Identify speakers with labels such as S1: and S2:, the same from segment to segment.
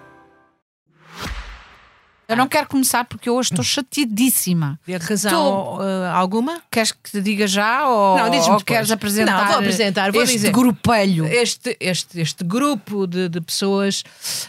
S1: Eu não quero começar porque eu hoje estou chateadíssima.
S2: De razão eh, alguma?
S1: Queres que te diga já ou,
S2: Não, diz-me
S1: ou
S2: depois.
S1: queres apresentar?
S2: Não, vou apresentar, vou
S1: este
S2: dizer. É.
S1: grupelho.
S2: Este, este, este grupo de, de pessoas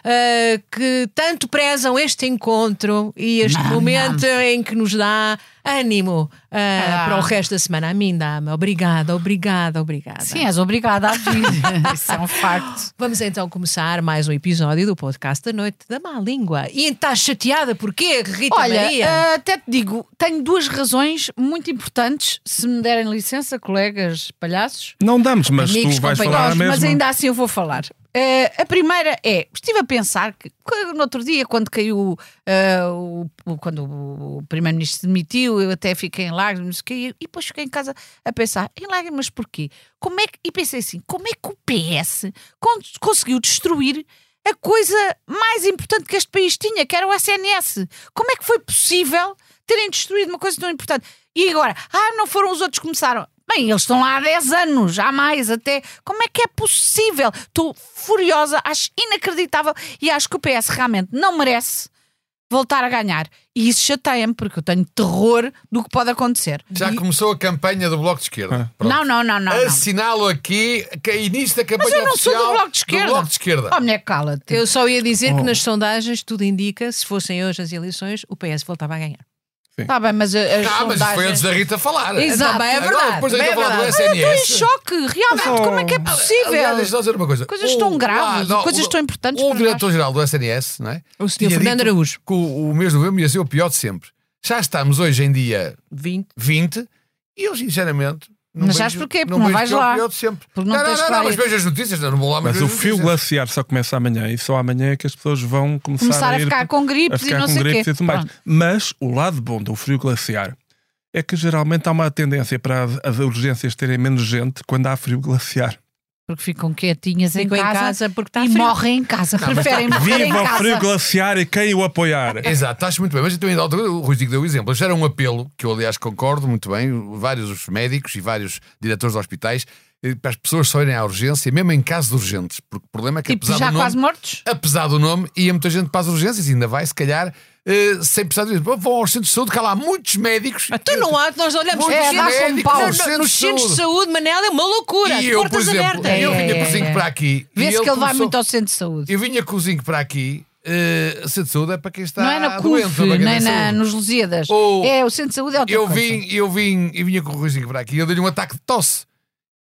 S2: eh, que tanto prezam este encontro e este momento em que nos dá ânimo eh,
S1: Ah.
S2: para o resto da semana. A mim dá-me. Obrigada, obrigada, obrigada.
S1: Sim, és obrigada a vir. Isso é um facto.
S2: Vamos então começar mais um episódio do podcast da Noite da Má Língua. E estás chateada porquê, Rita
S1: Olha,
S2: Maria?
S1: ah, até te digo, tenho duas razões muito importantes, se me derem licença, colegas palhaços.
S3: Não damos, mas
S2: Amigos,
S3: tu vais falar
S1: Nós,
S3: a mesma.
S1: mas ainda assim eu vou falar. Eh, a primeira é, estive a pensar que, que no outro dia, quando caiu eh, o, o- quando o primeiro-ministro se demitiu, eu até fiquei em lágrimas que- e depois fiquei em casa a pensar, em lágrimas porquê? Como é que, e pensei assim, como é que o PS con- conseguiu destruir a coisa mais importante que este país tinha, que era o SNS? Como é que foi possível terem destruído uma coisa tão importante? E agora, ah, não foram os outros que começaram. Bem, eles estão lá há 10 anos, há mais até. Como é que é possível? Estou furiosa, acho inacreditável e acho que o PS realmente não merece voltar a ganhar. E isso chateia-me, porque eu tenho terror do que pode acontecer.
S4: Já começou a campanha do Bloco de Esquerda.
S3: Ah.
S4: Pronto.
S1: Não, não, não, Ah, não. não.
S4: Assinalo aqui que é início da campanha
S1: Mas eu não sou
S4: oficial
S1: do Bloco de Esquerda.
S4: Bloco de Esquerda.
S1: Oh, mulher, cala-te.
S2: Eu só ia dizer que
S3: Oh.
S2: nas sondagens tudo indica, se fossem hoje as eleições, o PS voltava a ganhar.
S1: Está tá bem, mas as
S4: Ah, mas isso foi
S1: sondagens...
S4: antes da Rita falar. Então,
S2: Exato. Também é
S4: Agora,
S2: verdade,
S4: depois da
S2: também
S4: Rita
S2: é
S4: falar do
S2: verdade.
S1: Estou em
S4: SNS.
S1: choque, realmente.
S3: Mas, oh,
S1: Como é que é
S4: Aliás,
S1: possível?
S4: deixa-me dizer uma coisa.
S1: Coisas tão graves, coisas
S4: o-
S1: tão importantes
S4: O
S1: para
S4: diretor-geral do SNS, não é?
S2: O senhor
S4: Tinha
S2: Fernando
S4: dito
S2: Araújo.
S4: Que o, o mês de novembro ia ser o pior de sempre. Já estamos hoje em dia
S2: 20.
S4: 20 e eu, sinceramente. Não
S1: Mas sabes
S4: vejo-
S1: porquê? Porque
S4: não
S1: não
S4: vejo
S1: vais
S4: que é o
S1: lá.
S4: pior de sempre.
S1: Porque não
S4: não,
S1: tens
S4: não, não,
S1: praia.
S4: mas vejo as notícias, não, não vou lá, mas,
S3: Mas
S4: vejo
S3: o
S4: as
S3: fio
S4: notícias.
S3: glaciar só começa amanhã e só amanhã é que as pessoas vão começar,
S1: Começar a
S3: ir
S1: ficar com
S3: a
S1: gripes e
S3: ficar
S1: não
S3: com
S1: sei o
S3: gripes
S1: quê.
S3: e tudo mais.
S1: Pronto.
S3: Mas o lado bom do frio glaciar é que geralmente há uma tendência para as, as urgências terem menos gente quando há frio glaciar.
S1: Porque ficam quietinhas
S2: Ficam
S1: em
S2: em
S1: casa, tá
S2: casa porque está
S1: e
S2: frio.
S1: morrem em casa. Preferem
S4: tá
S1: morrer em
S3: Viva o frio
S1: casa.
S3: glaciar e quem o apoiar!
S4: Exato, estás muito bem. Mas então, ainda outra coisa, o Rui Digo deu o exemplo. Isto era um apelo, que eu aliás concordo muito bem, vários os médicos e vários diretores de hospitais, eh, para as pessoas só irem à urgência, mesmo em casos urgentes. Porque o problema é que
S1: Tipo,
S4: apesar
S1: já
S4: do nome,
S1: quase mortos?
S4: apesar do nome, ia muita gente para as urgências, ainda vai, se calhar, eh, sem precisar de Vão aos centros de saúde, que há lá muitos médicos.
S1: Ah,
S2: Então não há, nós olhamos
S4: Muitos
S2: para os
S4: médicos,
S2: centros- não, não,
S4: centros de
S2: nos centros de
S4: saúde.
S2: saúde, Manel, é uma loucura.
S4: E
S2: de
S4: eu, por
S2: portas
S4: exemplo,
S2: abertas.
S4: eu vinha
S1: É,
S4: por
S1: é,
S4: 5
S1: é.
S4: para aqui. e
S1: Vê-se que ele vai
S4: começou-
S1: muito ao centro de saúde.
S4: Eu vinha com o zinco para aqui. eh, centro de saúde é para quem está
S1: não é na
S4: doente.
S1: CUF,
S4: ou para quem
S1: nem
S4: tem
S1: na,
S4: saúde.
S1: nos Lusíadas.
S4: Ou-
S1: É, o centro de saúde é outra
S4: Eu
S1: coisa.
S4: vim, eu vim, e vinha com o Ruizinho para aqui. e Eu dei-lhe um ataque de tosse.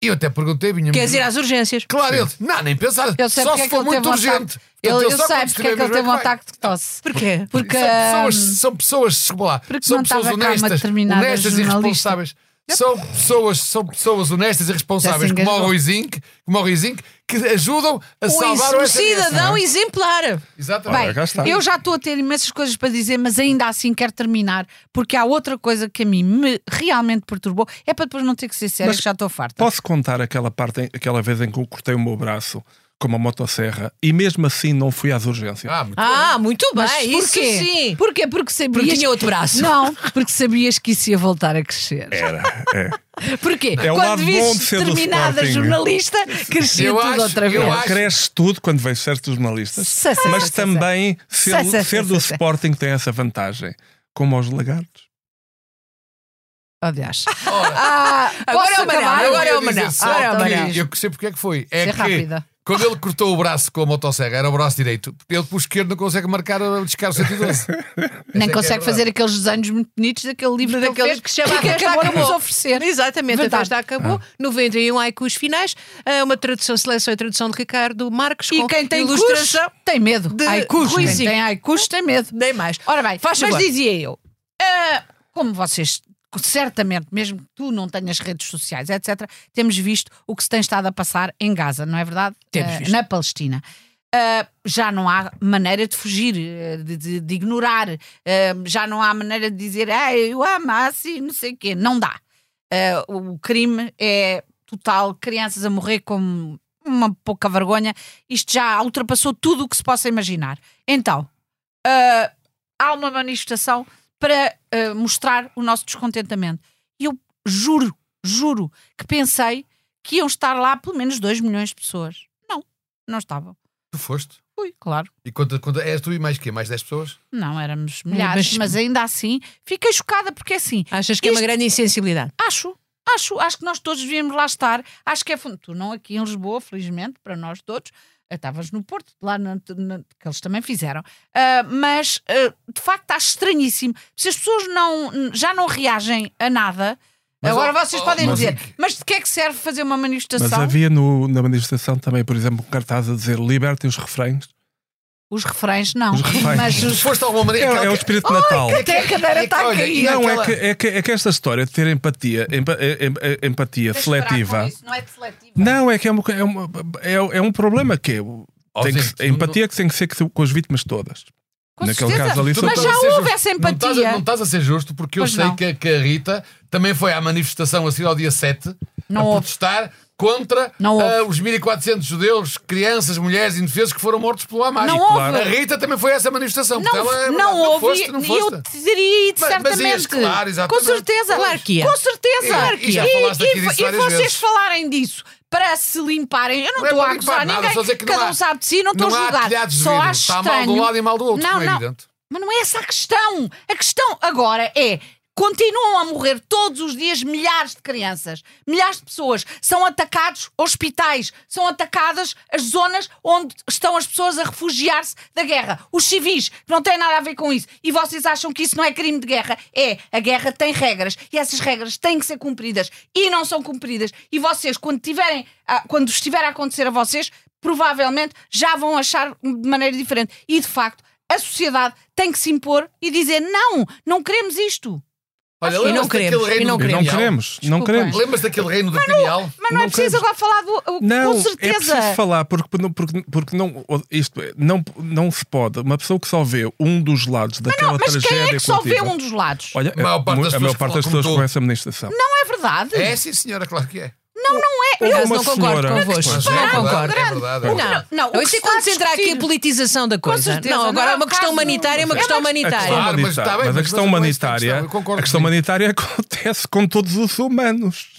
S4: E eu até perguntei, vinha
S2: Queres ir às urgências?
S4: Claro, ele, não, nem pensar.
S1: Eu sei
S4: só
S1: porque
S4: se
S1: é que
S4: for
S1: ele teve
S4: muito
S1: um
S4: urgente.
S1: ataque. Eu,
S4: Portanto,
S1: eu
S4: ele só
S1: sei
S4: quando
S1: porque é que ele
S4: estiver
S1: teve um
S4: mesmo é que vai.
S1: ataque de tosse.
S2: Porquê?
S1: Porque, hum,
S4: São é pessoas, são pessoas, desculpa lá,
S1: porque
S4: são
S1: não
S4: pessoas
S1: estava cá uma
S4: honestas,
S1: determinada
S4: honestas e
S1: jornalista.
S4: responsáveis. São pessoas, são pessoas honestas e responsáveis,
S1: Já se
S4: como o
S1: engasgou.
S4: Ruizinho, como o Ruizinho, que ajudam a salvar
S2: Um
S4: o
S2: ex- um
S4: SNS, não
S2: cidadão
S4: é?
S2: exemplar.
S4: Exatamente.
S1: Bem,
S3: Ora, cá está.
S1: eu já estou a ter imensas coisas para dizer, mas ainda assim quero terminar, porque há outra coisa que a mim me realmente perturbou. É para depois não ter que ser sério,
S3: Mas
S1: que já estou farta.
S3: Posso contar aquela parte, em- aquela vez em que eu cortei o meu braço com uma motosserra e mesmo assim não fui às urgências?
S4: Ah, muito
S2: Ah, muito bem.
S1: Mas
S2: isso
S1: porquê?
S2: sim.
S1: Porquê? Porque sabias.
S2: Porque tinha outro braço.
S1: Não, porque sabias que isso ia voltar a crescer.
S3: Era, é.
S1: Porquê?
S3: É o
S1: Quando
S3: lado bom de
S1: viste
S3: ser do
S1: determinada
S3: Sporting.
S1: jornalista, crescia
S4: Eu
S1: tudo
S4: acho-
S1: outra vez.
S4: eu
S3: Não,
S4: acho-
S3: Cresce tudo quando vem certos jornalistas.
S1: Sei, sei,
S3: Mas
S1: sei, sei,
S3: também
S1: sei.
S3: ser,
S1: Sei,
S3: ser
S1: sei, sei,
S3: do
S1: sei, sei.
S3: Sporting tem essa vantagem, como aos lagartos.
S1: Aliás. Ah,
S2: Agora é o Manel,
S1: acabar?
S2: agora é o
S4: Eu ia dizer
S2: Manel.
S4: só
S2: Agora é o
S4: que
S2: Manel.
S4: Eu sei porque é que foi. É
S1: Ser
S4: que
S1: rápida.
S4: quando ele cortou o braço com a motosserra, era o braço direito, ele pelo esquerdo não consegue marcar a descarga 112.
S1: Nem consegue
S4: é verdade.
S1: fazer aqueles desenhos muito bonitos daquele livro
S2: Daqueles
S1: daqueles
S2: é que se chama
S1: que
S2: A Festa
S1: agora nos
S2: Acabou.
S1: oferecer.
S2: Exatamente,
S1: Verdade.
S2: a festa acabou. 91 haikus finais. eh, Uma tradução, seleção e tradução de Ricardo Marques.
S1: E
S2: com
S1: quem tem
S2: ilustração.
S1: ilustração tem medo.
S2: de
S1: Haikus, quem
S2: Ruizinho.
S1: tem haikus tem medo.
S2: Nem mais.
S1: Ora bem,
S2: Faz
S1: mas
S2: favor.
S1: dizia eu, ah, como vocês certamente, mesmo que tu não tenhas redes sociais, etc., temos visto o que se tem estado a passar em Gaza, não é verdade?
S2: Temos
S1: Ah,
S2: visto.
S1: Na Palestina. Ah, já não há maneira de fugir, eh, de, de- de ignorar, Ah, já não há maneira de dizer ah, eu amo assim, não sei o quê. Não dá. Ah, o crime é total, crianças a morrer como uma pouca vergonha. Isto já ultrapassou tudo o que se possa imaginar. Então, ah, há uma manifestação para ah, mostrar o nosso descontentamento. E eu juro, juro, que pensei que iam estar lá pelo menos 2 milhões de pessoas. Não, não estavam.
S4: tu foste?
S1: Fui, claro.
S4: E quanto, quanto, és tu e mais quê? Mais 10 pessoas?
S1: Não, éramos milhares,
S2: Mas-
S1: mas ainda assim fiquei chocada porque é assim,
S2: Achas que é uma
S1: Isto-
S2: grande insensibilidade?
S1: Acho, acho, acho que nós todos devíamos lá estar. Acho que é fundo. Tu não aqui em Lisboa, felizmente, para nós todos. Eh, Estavas no Porto, lá na- na- que eles também fizeram. Ah, mas, ah, de facto, acho estranhíssimo. Se as pessoas não, já não reagem a nada,
S4: Mas,
S1: agora
S4: ó,
S1: vocês
S4: ó,
S1: podem
S4: mas-
S1: dizer, mas de que é que serve fazer uma
S3: Mas
S1: manifestação?
S3: havia no- na manifestação também, por exemplo, um cartaz a dizer libertem os refrões.
S1: Os refrões, não.
S3: Os refrões.
S1: Mas
S4: Tu
S1: os...
S4: foste de alguma
S3: É,
S4: maneira.
S3: é o espírito de Natal.
S1: Até a cadeira está a
S4: olha,
S1: cair.
S4: e
S3: Não,
S4: aquela-
S3: é que, é, que, é que esta história de ter empatia, empa- em- em- empatia
S1: Deixa parar com
S3: seletiva.
S1: isso, Não é de seletiva.
S3: Não, é que é, uma, co- é, uma- é- é um problema que é. o-
S4: Ó,
S3: tem que
S4: gente,
S3: se- a empatia que tem que ser com as vítimas todas.
S1: Com
S3: naquele
S1: certeza.
S3: caso ali só
S1: mas
S3: estás
S1: já
S4: a ser
S1: houve
S4: justo.
S1: essa
S4: Não estás, a,
S1: empatia.
S4: não estás a ser justo, porque
S1: Pois
S4: eu sei
S1: não.
S4: que, a- que a Rita também foi à manifestação assim ao dia 7
S1: Não
S4: a
S1: houve.
S4: protestar contra
S1: Não houve.
S4: ah, os 1400 judeus, crianças, mulheres indefesas que foram mortos pelo Hamas.
S1: Não
S4: E,
S1: houve.
S4: A Rita também foi a essa manifestação.
S1: Não,
S4: portanto, ela é
S1: não,
S4: verdade,
S1: houve,
S4: foste, não
S1: e
S4: foste.
S1: eu te diria isso
S4: Mas- mas
S1: certamente.
S4: ias, claro, exatamente.
S1: Com certeza,
S4: Claro
S2: que ia.
S1: Com certeza.
S4: E- Claro que e já ia. falaste aqui disso
S1: e
S4: várias
S1: vocês
S4: vezes.
S1: falarem disso para se limparem, eu não
S4: Não é
S1: estou a
S4: para
S1: acusar
S4: limpar nada,
S1: ninguém,
S4: só dizer que não
S1: cada
S4: há-
S1: um sabe de si, não estou
S4: há
S1: a julgar.
S4: telhados de
S1: Só
S4: vidro.
S1: acho
S4: Está
S1: estranho.
S4: mal de um lado e mal do outro,
S1: não,
S4: como é
S1: não.
S4: evidente.
S1: Mas não é essa a questão. A questão agora é. Continuam a morrer todos os dias milhares de crianças, milhares de pessoas. São atacados hospitais, são atacadas as zonas onde estão as pessoas a refugiar-se da guerra. Os civis, que não têm nada a ver com isso. E vocês acham que isso não é crime de guerra? É, a guerra tem regras e essas regras têm que ser cumpridas e não são cumpridas. E vocês, quando, tiverem, a- quando estiver a acontecer a vocês, provavelmente já vão achar de maneira diferente. E de facto, a sociedade tem que se impor e dizer não, não queremos isto.
S4: Olha,
S2: E não
S4: lembras-te daquele
S2: queremos,
S4: reino
S2: e não
S1: é um
S4: do
S3: E não
S4: Pirinhau?
S3: queremos, não queremos.
S4: Lembras daquele reino do Pirinhal?
S1: Mas não, é
S3: Não
S1: preciso
S3: queremos.
S1: agora falar do.
S3: Não,
S1: com
S3: é
S1: certeza.
S3: preciso falar, porque, não- porque, porque não, isto é, não, não se pode. Uma pessoa que só vê um dos lados daquela
S1: Não, mas quem
S3: tragédia
S1: é que só vê
S3: coletiva-
S1: um dos lados?
S3: Olha,
S4: A maior parte
S3: mu-
S4: das
S3: a maior
S4: pessoas
S3: parte das
S4: como
S3: pessoas
S4: tu.
S3: com essa administração.
S1: Não é verdade.
S4: É, sim, senhora, claro que é.
S2: Por
S3: Houve
S2: acaso
S3: uma
S2: não concordo
S3: senhora-
S2: convosco.
S4: Mas é
S2: Não
S4: verdade,
S2: concordo.
S4: é verdade, é
S2: Não,
S4: verdade.
S2: não.
S1: Não, o que
S2: Isso
S1: se
S2: é
S1: está
S2: quando se
S1: a
S2: entra aqui
S1: discutir-
S2: a politização da coisa.
S1: certeza,
S2: Não, agora
S1: não,
S2: é uma questão
S1: caso-
S2: humanitária, é uma questão
S3: A questão
S2: humanitária.
S4: Claro, mas
S3: humanitária,
S4: está bem,
S3: mas a
S4: mas
S3: questão
S4: eu concordo com
S3: humanitária,
S4: isso, eu concordo
S3: a questão
S4: com isso.
S3: humanitária acontece com todos os humanos.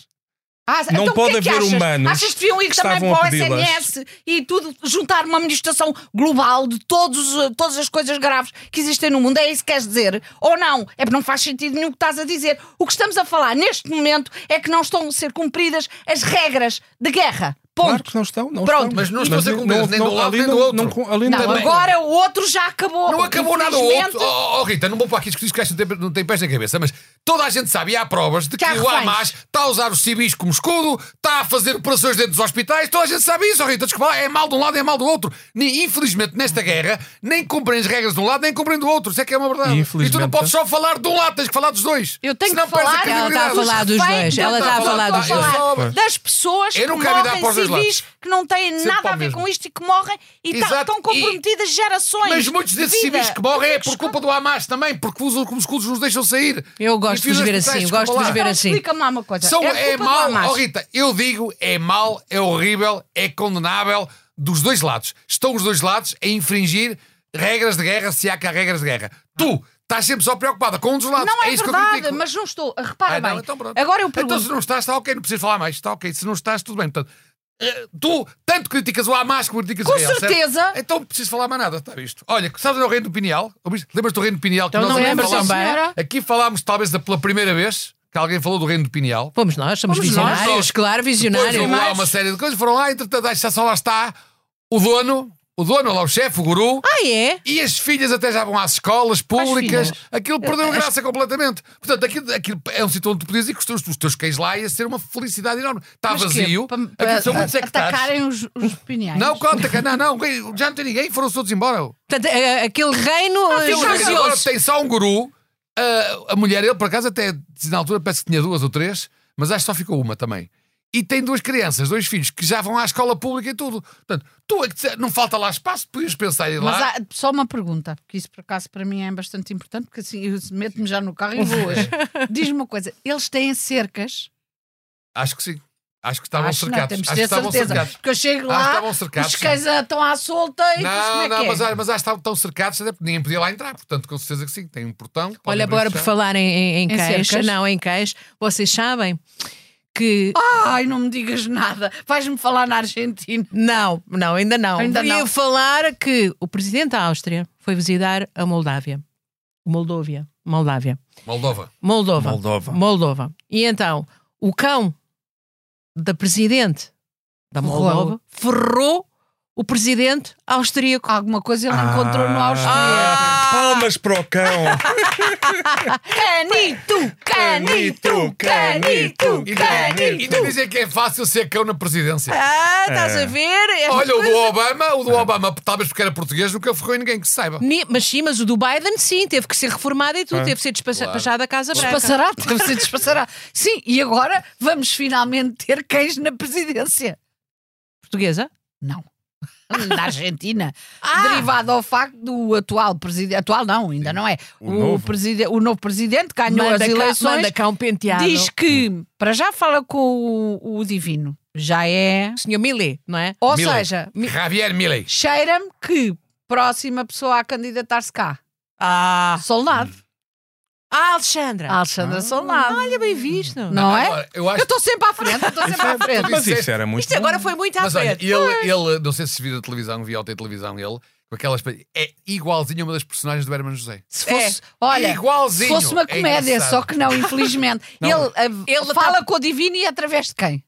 S1: Ah,
S3: Não
S1: então
S3: pode
S1: o que é que
S3: haver
S1: achas?
S3: humanos
S1: Achas que deviam ir
S3: que
S1: também
S3: estavam
S1: para o
S3: a pedi-las?
S1: SNS e tudo, juntar uma administração global de todos, eh, todas as coisas graves que existem no mundo? É isso que queres dizer? Ou não? É porque não faz sentido nenhum o que estás a dizer. O que estamos a falar neste momento é que não estão a ser cumpridas as regras de guerra. Ponto.
S3: Claro que não estão, não
S1: Pronto.
S3: estão.
S4: Mas não estão a ser cumpridas, nem do lado,
S3: ali
S4: nem do
S3: não-
S4: outro.
S3: não- é ali
S1: Não,
S3: não-
S1: agora o outro já acabou.
S4: Não acabou nada o
S1: Infelizmente,
S4: outro. Oh, oh, Rita, não vou para aqui discutir que isto não tem, não tem pés na cabeça, mas toda a gente sabe e há provas
S1: Que
S4: de que,
S1: há
S4: o
S1: reféns.
S4: Hamas está a usar os civis como escudo, está a fazer operações dentro dos hospitais, toda a gente sabe isso, oh, Rita. Desculpa, lá, é mal de um lado e é mal do outro. Nem- infelizmente, nesta guerra, nem cumprem as regras de um lado, nem cumprem do outro. Isso é que é uma verdade. E tu
S3: Infelizmente.
S4: não podes só falar de um lado, tens que falar dos dois.
S1: Eu tenho
S4: Senão
S1: que
S4: perdes a
S1: falar,
S2: Ela está a
S4: credibilidade.
S2: falar dos
S1: Respeito,
S2: dois. Ela
S4: não
S2: está a
S4: está a
S2: falar dos
S4: falar.
S2: dois.
S4: Eu só-
S1: das pessoas
S4: Eu não
S1: que
S4: quero ir dar para
S1: morrem
S4: os dois
S1: civis
S4: lados.
S1: que não têm
S4: Sempre
S1: nada
S4: para
S1: a
S4: o
S1: ver
S4: mesmo.
S1: com isto e que morrem e tá-
S4: Exato.
S1: estão comprometidas gerações.
S4: Mas muitos
S1: de
S4: desses
S1: vida.
S4: civis que morrem é
S1: Tem que
S4: por culpa do Hamas também, porque usam como escudos, nos deixam sair.
S2: Eu gosto de
S4: Enfiam
S2: os ver
S4: nos hospitais,
S2: assim, gosto de
S4: desculpa
S2: os
S4: lá.
S2: ver
S1: Então,
S2: assim.
S1: Explica-me lá uma coisa.
S4: São, é,
S1: culpa do
S4: mal,
S1: Hamas.
S4: oh Rita, eu digo, é mal, é horrível, é condenável dos dois lados. Estão os dois lados a infringir regras de guerra, se há cá regras de guerra. Tu estás sempre só preocupada com um dos lados.
S1: Não é,
S4: isso que eu
S1: verdade,
S4: critico.
S1: mas não estou. Repara
S4: Ah, não,
S1: bem.
S4: então pronto.
S1: Agora eu pergunto.
S4: Então se não estás, está ok, não precisas falar mais, está ok. Se não estás, tudo bem. Portanto, eh, tu tanto criticas o Hamas como criticas
S1: Com
S4: o Israel, certo?
S1: certeza.
S4: Então não precisas falar mais nada, está visto. Olha, sabes onde é o reino do Pineal? Ouviste? Lembras do reino do Pineal?
S2: Então
S4: que nós
S2: não
S4: aqui
S2: lembro
S4: falámos-
S2: também.
S1: senhora.
S4: Aqui falámos talvez da- pela primeira vez que alguém falou do reino do Pinhal.
S2: Fomos nós, somos
S1: Fomos nós,
S2: visionários,
S4: nós.
S2: claro,
S4: Depois
S2: visionários.
S4: houve lá uma série de coisas, foram lá, entretanto, acho que só lá está o dono, o dono, lá o chefe, o guru.
S2: Ah, é?
S4: E as filhas até já vão às escolas públicas,
S1: filhas.
S4: aquilo perdeu a graça completamente. Portanto, aquilo, aquilo é um sítio onde tu podias ir com os teus, os teus cães lá ia ser uma felicidade enorme. Está
S1: Mas quê?
S4: vazio,
S1: Pa-
S4: aquilo
S1: pa-
S4: são muitos hectares.
S1: Atacarem os, os pinhais.
S4: Não, conta, que- não, não, já não tem ninguém, foram todos embora.
S2: Portanto, eh, aquele reino
S1: Ah,
S2: eh,
S4: Tem um guru que Agora
S2: esvaziou-se.
S4: tem só um guru. A, a mulher, ele por acaso até na altura parece que tinha duas ou três, mas acho que só ficou uma também. E tem duas crianças, dois filhos, que já vão à escola pública e tudo. Portanto, tu é que te- não falta lá espaço, podias pensar em ir
S1: Mas
S4: lá.
S1: há só uma pergunta, porque isso por acaso para mim é bastante importante, porque assim eu meto-me já no carro e vou hoje. Diz-me uma coisa: eles têm cercas?
S4: Acho que sim. Acho que estavam
S1: Acho que não,
S4: cercados.
S1: temos de
S4: acho que
S1: ter
S4: estavam
S1: certeza.
S4: cercados.
S1: Porque eu chego
S4: Acho que
S1: lá,
S4: estavam cercados,
S1: os cães ah, estão à solta e depois como
S4: Não,
S1: é
S4: não,
S1: que
S4: mas,
S1: é?
S4: mas acho que estavam tão cercados, até porque ninguém podia lá entrar. Portanto, com certeza que sim. Tem um portão. podem
S2: Olha, agora por
S4: abrir e
S2: falar em, em, em
S1: Em
S2: cães,
S1: cercas?
S2: não, em cães, vocês sabem que.
S1: Ai, não me digas nada. Vais-me falar na Argentina.
S2: Não, não, ainda não.
S1: Ainda
S2: Ia
S1: não.
S2: falar que o presidente da Áustria foi visitar a Moldávia. Moldóvia. Moldávia.
S4: fechar. Moldova.
S2: Moldova.
S3: Moldova.
S2: Moldova. E então, o cão da presidente da Moldova ferrou o presidente austríaco.
S1: Alguma coisa ele
S3: Ah.
S1: encontrou no Austria.
S3: Palmas para o cão!
S1: Canito, canito, canito,
S4: E,
S1: canito.
S4: e não dizem que é fácil ser cão na presidência.
S2: Ah, estás
S3: É.
S2: a ver? Estas
S4: Olha, o
S2: coisas-
S4: do Obama, o do Obama, talvez porque era português, nunca ferrou em ninguém que se saiba.
S2: Ni- Mas sim, mas o do Biden sim, teve que ser reformado e tudo,
S3: Ah.
S2: teve que ser despacha-
S4: Claro.
S2: despachado da Casa Branca.
S1: Despassará, deve ser despassará. Sim, e agora vamos finalmente ter cães na presidência.
S2: Portuguesa?
S1: Não. Na Hum, Argentina.
S2: Ah!
S1: Derivado ao facto do atual presidente. Atual não, ainda não é.
S3: O novo.
S1: preside- o novo presidente ganhou as
S2: cá-
S1: eleições.
S2: manda cá um penteado.
S1: diz que para já fala com o, o divino. Já é.
S2: o senhor Millet, não é?
S1: Ou
S4: Milei.
S1: seja,
S4: Javier Milley.
S1: cheira-me que próxima pessoa a candidatar-se cá.
S2: Ah,
S1: Solnado.
S2: ah Alexandra.
S1: A Alexandra Solnado.
S2: Olha, bem visto.
S1: Não é?
S4: Agora, eu acho
S1: Eu estou sempre à frente, eu estou sempre à frente.
S3: Mas
S4: disseste-
S3: isso era muito.
S2: Isto agora foi muito à
S4: Mas olha,
S2: frente.
S4: ele, ele, não sei se viu a televisão, vi ontem a televisão, ele, com aquelas. É igualzinho a uma das personagens do Herman José.
S1: Se
S2: É.
S1: fosse, olha,
S4: Igualzinho.
S1: se fosse uma
S4: É
S1: comédia,
S4: engraçado.
S1: só que não, infelizmente. Ele, ah,
S2: Ele
S1: fala
S2: tá-
S1: com o Divino e através de quem?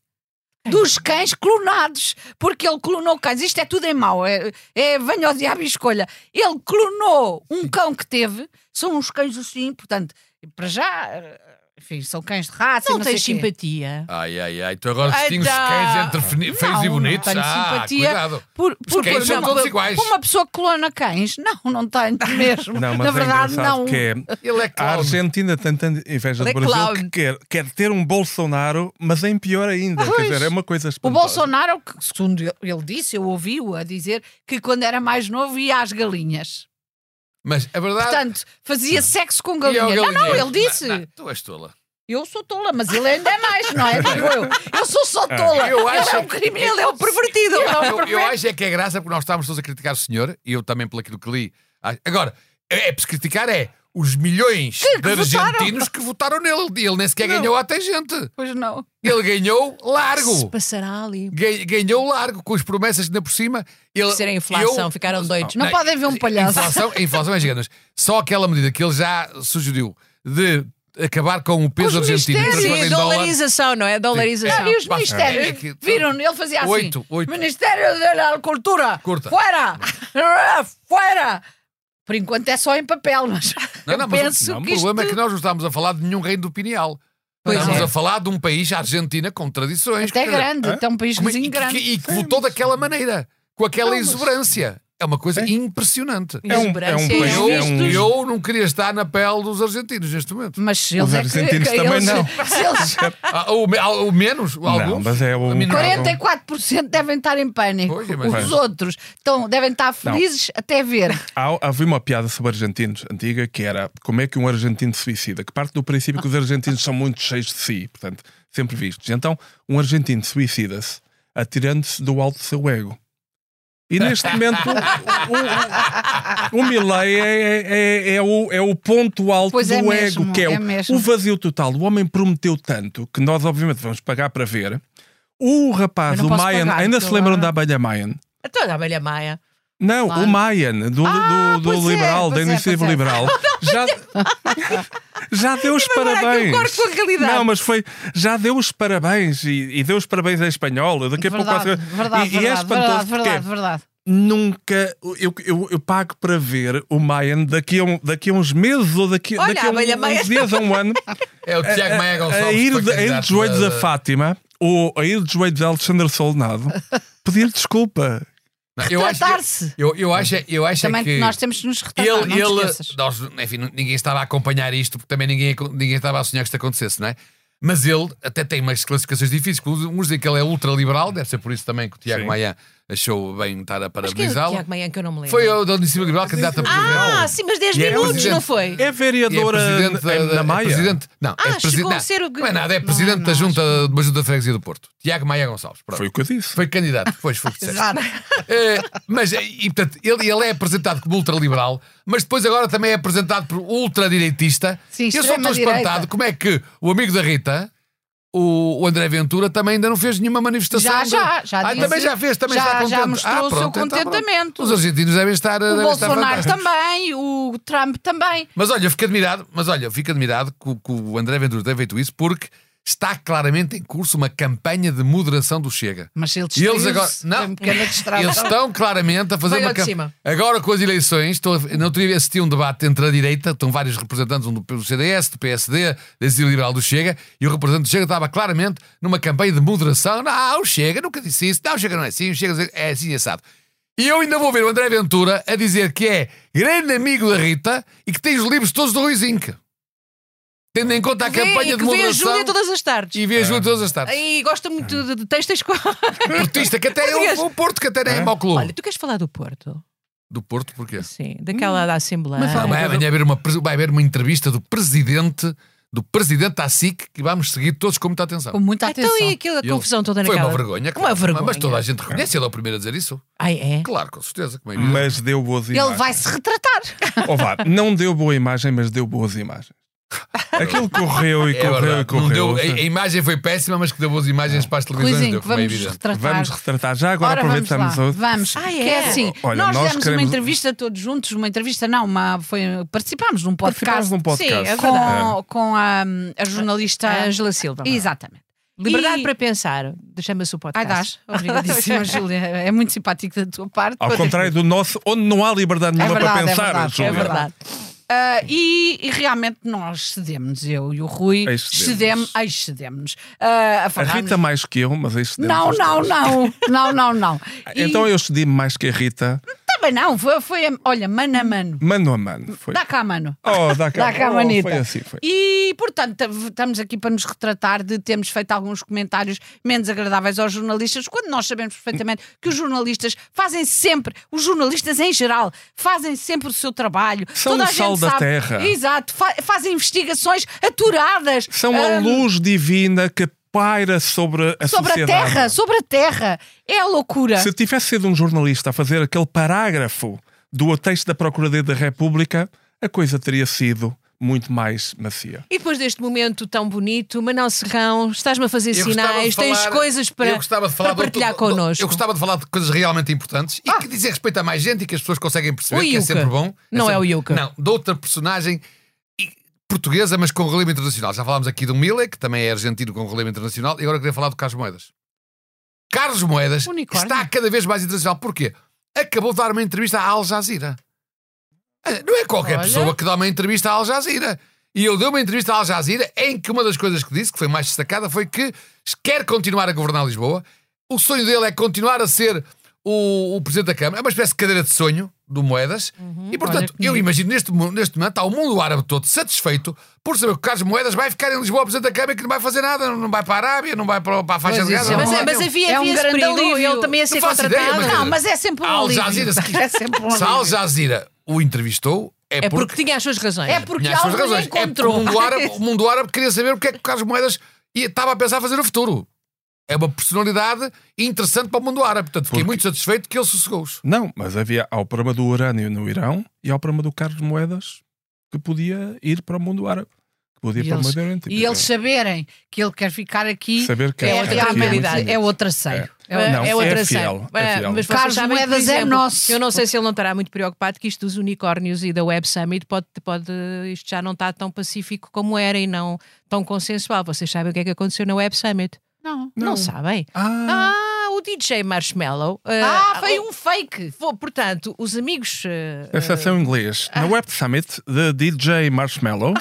S1: Dos cães clonados, porque ele clonou cães. Isto é tudo em mau. É, é venha ao diabo e escolha. Ele clonou um cão que teve, são uns cães assim, portanto, para já, ah, enfim, são cães de raça. e
S2: Não
S1: sei
S2: tens
S1: quê.
S2: simpatia.
S4: Ai, ai, ai, tu agora
S2: Ai,
S4: distingues
S2: dá.
S4: cães entre fini- feios
S1: Não,
S4: e
S1: não
S4: bonitos.
S1: tenho
S4: ah,
S1: simpatia.
S4: cuidado.
S1: Por,
S4: Os
S1: por,
S4: cães
S1: por
S4: são
S1: exemplo,
S4: todos iguais.
S1: por uma pessoa que clona cães, não, não tenho mesmo.
S3: Não, mas
S1: Na verdade,
S3: é engraçado
S1: não.
S3: que é,
S4: Ele é
S3: a
S4: clown.
S3: Argentina tem tanta inveja
S2: Ele é
S3: do Brasil
S2: clown.
S3: que quer, quer ter um Bolsonaro, mas é em pior ainda. Quer
S1: Pois.
S3: dizer, é uma coisa
S1: O
S3: espantosa.
S1: Bolsonaro, que, segundo ele disse, eu ouvi-o a dizer que quando era mais novo ia às galinhas.
S4: Mas a verdade.
S1: Portanto, fazia sexo com
S4: E ao
S1: galinhas. Não, não,
S4: galinheiro.
S1: ele disse.
S4: Não, não, tu és tola.
S1: Eu sou tola, mas ele ainda é mais, não é? Digo eu. Eu sou só tola.
S4: Ah. Eu
S1: ele
S4: acho
S1: é um
S4: que-
S1: criminoso, ele é um pervertido. Ele é um
S4: Eu, eu
S1: perverso.
S4: acho é que é graça porque nós estávamos todos a criticar o senhor e eu também pelo aquilo que li. Ah, Agora, é, é preciso criticar é os milhões de
S1: que votaram.
S4: argentinos que votaram nele. E Ele nem sequer ganhou até gente.
S1: Pois não.
S4: Ele ganhou
S2: Se
S4: largo.
S2: passará ali.
S4: Ga- Ganhou largo com as promessas ainda por cima. Ele,
S2: Ser a inflação,
S4: eu-
S2: ficaram doidos.
S1: Não,
S4: Não,
S1: podem ver um
S4: a
S1: palhaço.
S4: inflação, a inflação é gigante. mas Só aquela medida que ele já sugeriu de acabar com o peso
S1: Os
S4: argentino
S1: mistérios.
S4: transformado
S2: Sim,
S4: em dólar.
S2: dolarização, não é? Dolarização.
S1: Não, e os
S4: Pá,
S1: ministérios?
S4: é que-
S1: Viram? Ele fazia assim:
S4: Oito, oito.
S1: Ministério da Cultura,
S4: Curta.
S1: fora! fora! Por enquanto é só em papel, mas
S4: Não,
S1: eu
S4: não, mas
S1: penso
S4: o, não, o
S1: que isto...
S4: problema é que nós não estamos a falar de nenhum reino do pineal.
S2: Pois
S4: estamos
S2: é.
S4: a falar de um país, a Argentina, com tradições.
S1: Até
S4: que- é
S1: grande, até um
S4: Como- é-
S1: paíszinho
S4: e, que-
S1: grande.
S4: e que votou daquela maneira, com aquela exuberância. É uma coisa
S3: É.
S4: impressionante.
S3: É um- é um
S2: Exuberância.
S3: país-
S4: Eu,
S3: é um-
S4: eu não queria estar na pele dos argentinos neste momento.
S1: Mas se eles
S3: Os
S1: é que-
S3: argentinos
S1: que
S3: também
S1: eles-
S3: não.
S1: se eles-
S4: Ah, ou, me- ou menos, alguns.
S3: Não, mas é
S4: A
S3: um.
S4: minoria-
S1: 44% devem estar em pânico.
S4: Pois, imagina.
S1: Os outros estão, devem estar felizes até ver.
S3: Há, havia uma piada sobre argentinos antiga que era como é que um argentino se suicida, que parte do princípio que os argentinos são muito cheios de si, portanto, sempre vistos. Então, um argentino suicida-se atirando-se do alto do seu ego. E neste momento, o, o, o Milley é, é, é, é o, é o ponto alto
S1: Pois
S3: do
S1: é
S3: ego,
S1: mesmo,
S3: que é, o-
S1: é mesmo.
S3: o vazio total. O homem prometeu tanto que nós, obviamente, vamos pagar para ver. O rapaz,
S1: Eu não
S3: o
S1: posso
S3: Mayan,
S1: pagar,
S3: ainda se
S1: claro.
S3: lembram da abelha Mayan?
S2: Toda a abelha maia.
S3: Não,
S1: Claro.
S3: o Mayan, do,
S1: Ah,
S3: do, do
S1: pois é,
S3: liberal, da
S1: pois é,
S3: iniciativa
S1: pois é.
S3: liberal, já, Já deu os
S1: agora aqui
S3: parabéns.
S1: eu corto com a realidade.
S3: Não, mas foi. Já deu os parabéns e, e deu os parabéns à espanhola. Daqui a é pouco
S1: Verdade,
S3: quase-
S1: verdade,
S3: e, e é
S1: verdade,
S3: espantoso
S1: verdade,
S3: porque
S1: verdade, verdade.
S3: nunca. Eu, eu, eu pago para ver o Mayan daqui a, um- daqui a uns meses ou daqui,
S2: Olha,
S3: daqui a
S2: a abelha
S3: um-
S2: Mayan.
S3: uns dias a um ano.
S4: É o Tiago Maia Gonçalves.
S3: a ir,
S4: foi
S3: de, a ir
S4: candidato eh,
S3: de joelhos
S4: da-
S3: a Fátima ou a ir de joelhos a Alexandre Solnado pedir desculpa.
S4: Não, eu acho-
S1: Tratar-se.
S4: Eu, eu acho, é- eu acho é
S1: Também
S4: que
S1: nós temos que nos retratar,
S4: ele,
S1: não te
S4: ele
S1: esqueças.
S4: nós, enfim, ninguém estava a acompanhar isto porque também ninguém, ninguém estava a sonhar que isto acontecesse, não é? Mas ele até tem umas classificações difíceis. que Uns dizem que ele é ultraliberal, deve ser por isso também que o Tiago
S3: Sim.
S4: Maia achou bem estar a
S2: Mas quem é o Tiago
S4: parabenizá-lo.
S2: Maia que eu não me lembro?
S4: Foi o da Iniciativa Liberal candidato a
S2: Ah,
S4: presidente.
S2: sim, mas 10
S4: E é
S2: minutos,
S4: presidente.
S2: não foi?
S3: É
S4: E é
S3: vereadora
S4: presidente
S3: na,
S4: da-
S3: na Maia.
S4: É presidente, não, é
S2: Ah,
S4: presidente.
S2: chegou a
S4: não,
S2: ser o-
S4: não é nada, é
S2: Não,
S4: presidente
S2: não,
S4: da junta,
S2: acho
S4: de uma junta de freguesia do Porto. Tiago Maia Gonçalves. Pronto.
S3: Foi o que eu disse.
S4: Foi candidato, pois foi o que disseste.
S2: Exato.
S4: Eh, mas, eh, e, portanto, ele, ele é apresentado como ultraliberal, mas depois agora também é apresentado por ultradireitista.
S1: Sim,
S4: eu só estou
S1: extrema-direita.
S4: espantado como é que o amigo da Rita, o, o André Ventura, também ainda não fez nenhuma manifestação.
S1: Já,
S4: de-
S1: já, já
S4: Ah,
S1: disse.
S4: também já fez, também
S1: Já-
S4: está contente.
S1: já mostrou
S4: Ah,
S1: o seu
S4: pronto, então pronto.
S1: contentamento.
S4: Os argentinos devem estar.
S1: O
S4: devem estar
S1: Bolsonaro
S4: fantásticos.
S1: também, o Trump também.
S4: Mas olha, eu fico admirado, mas olha, eu fico admirado que, o- que o André Ventura tenha feito isso porque está claramente em curso uma campanha de moderação do Chega.
S1: Mas ele
S4: E eles agora.
S1: distraiu-se, foi um
S4: Não,
S1: uma pequena distração.
S4: eles estão claramente a fazer
S2: Veio
S4: uma.
S2: ao de
S4: cam-
S2: cima.
S4: Agora com as eleições, estou a... não teria assistido um debate entre a direita, estão vários representantes, um do do CDS, do PSD, da Iniciativa Liberal do Chega, e o representante do Chega estava claramente numa campanha de moderação. Não, o Chega nunca disse isso, não, o Chega não é assim, o Chega é assim assado. E eu ainda vou ver o André Ventura a dizer que é grande amigo da Rita e que tem os livros todos do Luís Inca. Tendo em conta a
S2: Vê-
S4: campanha
S2: que vê a
S4: de moderação.
S2: Júlia todas as tardes.
S4: E vê a Júlia todas as tardes.
S2: E gosta muito de, de textos com.
S4: Portista, que até é
S2: Português.
S4: o, o Porto, que até nem é mau clube.
S2: Olha, tu queres falar do Porto?
S4: Do Porto, porquê?
S2: Sim,
S4: Hum.
S2: daquela da Assembleia.
S4: Mas vai, vai, haver uma, pres- vai haver uma entrevista do presidente do presidente da SIC que vamos seguir todos com muita atenção.
S1: Com muita atenção.
S2: então e aquela
S4: Ele-
S2: confusão toda
S4: Foi
S2: naquela.
S4: uma vergonha, claro.
S2: Uma vergonha.
S4: Mas toda a gente reconhece, ele é o primeiro a dizer isso.
S2: Ai, é?
S4: Claro, com certeza. como é evidente.
S3: Mas deu boas imagens.
S1: Ele vai se retratar.
S3: Ou vá, não deu boa imagem, mas deu boas imagens. Aquilo correu e
S4: É
S3: correu e
S4: verdade, não
S3: correu.
S4: deu- é- a, a imagem foi péssima, mas que deu boas imagens para as televisões.
S1: Luizinho,
S4: deu, como é
S1: vamos
S4: evidente.
S1: retratar.
S3: Vamos retratar já, agora
S1: Ora,
S3: aproveitamos
S1: vamos
S3: outro.
S1: lá. Vamos.
S2: Ah, é?
S1: Que é assim.
S3: Olha,
S1: nós,
S3: nós
S1: demos
S3: queremos-
S1: uma entrevista todos juntos, uma entrevista não, uma, foi, participámos de um
S3: Participámos
S1: podcast.
S3: num podcast.
S2: Sim, é
S1: com, com a, a jornalista
S2: A Ângela Silva.
S1: Exatamente.
S2: Liberdade
S1: E-
S2: para pensar. Chama-se o podcast.
S1: Ai, dás. Obrigadíssima, Júlia. É muito simpático da tua parte.
S3: Ao contrário do nosso, onde não há liberdade
S1: É
S3: nenhuma para
S1: verdade, é
S3: pensar,
S1: verdade,
S3: Júlia.
S1: é verdade. Ah, e, e realmente nós cedemos, eu e o Rui,
S3: Excedemos.
S1: cedemos, ai, cedemos ah, a
S3: A
S1: falarmos.
S3: Rita mais que eu, mas isto
S1: Não, não, não, não, não, não. E
S3: Então eu estudei mais que a Rita,
S1: Também não, foi, foi a- olha, mano a mano.
S3: mano a mano. Foi.
S1: Dá cá, mano.
S3: Oh, dá cá,
S1: Dá cá,
S3: oh,
S1: manita.
S3: Foi assim, foi.
S1: E, portanto, tav- estamos aqui para nos retratar de termos feito alguns comentários menos agradáveis aos jornalistas, quando nós sabemos perfeitamente que os jornalistas fazem sempre, os jornalistas em geral, fazem sempre o seu trabalho.
S3: São
S1: Toda
S3: o
S1: a gente
S3: sal da
S1: sabe-
S3: terra.
S1: Exato, fa- fazem investigações aturadas. ah,
S3: São a
S1: ahm,
S3: luz divina que paira sobre a
S1: Hum. Sobre a
S3: sociedade.
S1: terra, sobre a terra. É a loucura.
S3: Se eu tivesse sido um jornalista a fazer aquele parágrafo do texto da Procuradoria da República, a coisa teria sido muito mais macia.
S2: E depois deste momento tão bonito, Manuel Serrão, estás-me a fazer
S4: Eu gostava de
S2: sinais, tens
S4: falar-
S2: coisas para,
S4: eu gostava de
S2: para
S4: falar do-
S2: partilhar
S4: do- do-
S2: connosco. Ah.
S4: Eu gostava de falar de coisas realmente importantes e que dizem respeito a mais gente e que as pessoas conseguem perceber
S2: O
S4: que é
S2: Yuka.
S4: sempre bom.
S2: Não é
S4: sempre-
S2: o Yuka.
S4: Não, de outra personagem e- portuguesa, mas com relevo internacional. Já falámos aqui do Miller, que também é argentino com relevo internacional, e agora queria falar do Carlos Moedas. Carlos Moedas
S2: Unicórnio.
S4: está cada vez mais internacional. Porquê? Acabou de dar uma entrevista à Al Jazeera. Ah, Não é qualquer
S2: Olha.
S4: pessoa que dá uma entrevista à Al Jazeera. E eu dei uma entrevista à Al Jazeera em que uma das coisas que disse, que foi mais destacada, foi que quer continuar a governar Lisboa. O sonho dele é continuar a ser o, o Presidente da Câmara. É uma espécie de cadeira de sonho do Moedas.
S1: Uhum.
S4: e,
S2: olha
S4: portanto,
S2: que
S4: eu
S2: bonito.
S4: imagino neste, mo- neste momento, está o mundo árabe todo satisfeito por saber que o Carlos Moedas vai ficar em Lisboa Presidente da Câmara e que não vai fazer nada. Não vai para a Arábia, não vai para, para a faixa
S1: Pois
S4: de
S1: isso,
S4: Gaza.
S2: Sim,
S4: não
S2: mas,
S4: vai
S2: mas
S4: nenhum.
S2: havia,
S1: É um
S2: havia esse
S1: grande
S2: perigo,
S1: alívio.
S2: ele também ia ser
S4: faço ideia,
S2: contratado.
S4: mas-
S1: Não, mas é sempre um
S4: A Al
S1: alívio.
S4: Jazeera, se-
S1: É sempre um
S4: Se a Al
S1: alívio.
S4: Jazeera o entrevistou, é,
S2: é
S4: porque
S2: porque tinha as suas razões.
S1: É porque
S4: Tinha as suas
S1: algo
S4: razões. É porque
S1: encontrou.
S4: o, mundo árabe, o mundo árabe queria saber o que é que o Carlos Moedas ia- estava a pensar fazer no futuro. É uma personalidade interessante para o mundo árabe. Portanto, fiquei
S3: Porque-
S4: muito satisfeito que ele sossegou-os.
S3: Não, mas havia ao programa do urânio no Irão e ao programa do Carlos Moedas que podia ir para o mundo árabe. podia
S1: E
S3: para
S1: eles-
S3: uma Madeira
S1: E eles saberem que ele quer ficar aqui
S3: Saber que
S1: é,
S3: quer
S2: ficar aqui
S1: é,
S2: é muito
S1: realmente- é
S3: bonito.
S1: outro traceiro. É.
S3: Não,
S2: é outra
S3: é
S2: cena.
S3: fiel, é
S2: Ah,
S3: fiel.
S2: Mas vocês
S1: Carlos
S2: sabem, por
S1: Moedas é
S2: exemplo,
S1: nosso.
S2: Eu não sei se ele não estará muito preocupado que isto dos unicórnios e da Web Summit pode, pode, isto já não está tão pacífico como era e não tão consensual. Vocês sabem o que é que aconteceu na Web Summit?
S1: Não.
S2: Não, sabem?
S3: Ah,
S2: Ah, o DJ Marshmallow. eh,
S1: Ah, foi
S2: o-
S1: um fake.
S2: foi, portanto, os amigos. eh,
S3: é a sessão em inglês.
S1: Ah.
S3: Na Web Summit, the DJ Marshmallow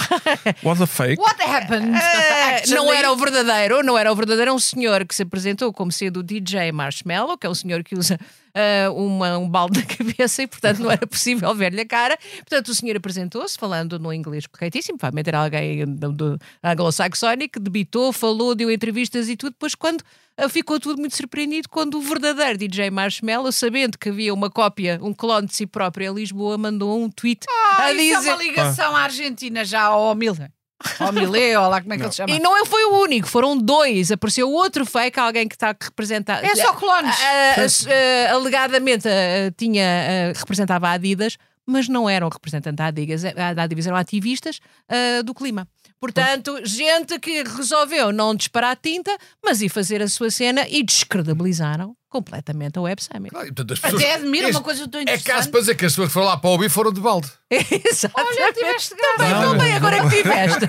S3: was a fake.
S1: What happened?
S2: Eh,
S1: Actually?
S2: não era o verdadeiro, não era o verdadeiro, é um senhor que se apresentou como sendo o DJ Marshmallow, que é um senhor que usa eh, uma, um balde na cabeça e, portanto, não era possível ver-lhe a cara. Portanto, o senhor apresentou-se falando no inglês corretíssimo, provavelmente era alguém do, do anglo-saxónico, debitou, falou, deu entrevistas e tudo. Depois, quando eh, ficou tudo muito surpreendido, quando o verdadeiro DJ Marshmallow, sabendo que havia uma cópia, um clone de si próprio em Lisboa, mandou um tweet
S1: Ah,
S2: a
S1: isso é
S2: dizer.
S1: uma ligação à Argentina já, ao Miller. Ao Milé, ou lá como é que ele se chama.
S2: E não foi o único, foram dois. Apareceu outro fake, alguém que está que representa.
S1: É só clones.
S2: Ah, ah, ah, ah, alegadamente ah, ah, tinha, ah, representava a Adidas, mas não eram representantes da Adidas, ah, da Adidas eram ativistas ah, do clima. Portanto, gente que resolveu não disparar tinta, mas ir fazer a sua cena e descredibilizaram completamente a Web Summit.
S4: Claro, e, portanto, as pessoas-
S1: ah, Até admiro
S4: Este-
S1: uma coisa tão
S4: É
S1: interessante.
S4: caso para dizer que as pessoas que foram lá para ouvir foram de balde.
S2: Exatamente. Então
S1: Olha, tiveste graça.
S2: Bem, tão bem, agora que tiveste.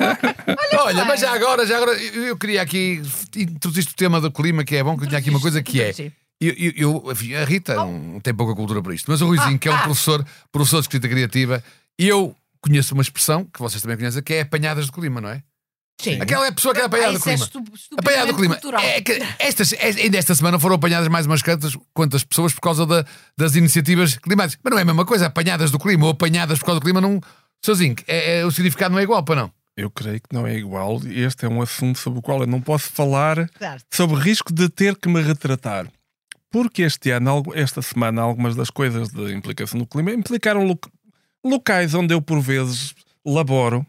S4: Olha, mas já agora, já agora, eu eu queria aqui introduziste o tema do clima, que é bom, que eu tinha aqui uma coisa que é.
S2: Introduzi.
S4: Eu, eu- eu- enfim, a Rita
S1: Oh.
S4: não tem pouca cultura para isto, mas o Ruizinho, que é um
S1: Ah.
S4: professor, professor de escrita criativa, eu conheço uma expressão que vocês também conhecem, que é apanhadas de clima, não é?
S2: Sim.
S4: Aquela é a pessoa que é
S1: Ah,
S4: apanhada do
S1: isso é
S4: clima.
S1: estu- estupidamente
S4: Apanhada do clima.
S1: cultural.
S4: É que estas, é- ainda esta semana foram apanhadas mais umas quantas, quantas pessoas por causa da- das iniciativas climáticas. Mas não é a mesma coisa, apanhadas do clima ou apanhadas por causa do clima, não. Sozinho, é, é- o significado não é igual para não.
S3: Eu creio que não é igual. e Este é um assunto sobre o qual eu não posso falar
S1: Claro.
S3: sobre o risco de ter que me retratar. Porque este ano, algo- esta semana, algumas das coisas da implicação do clima implicaram lo- locais onde eu, por vezes, laboro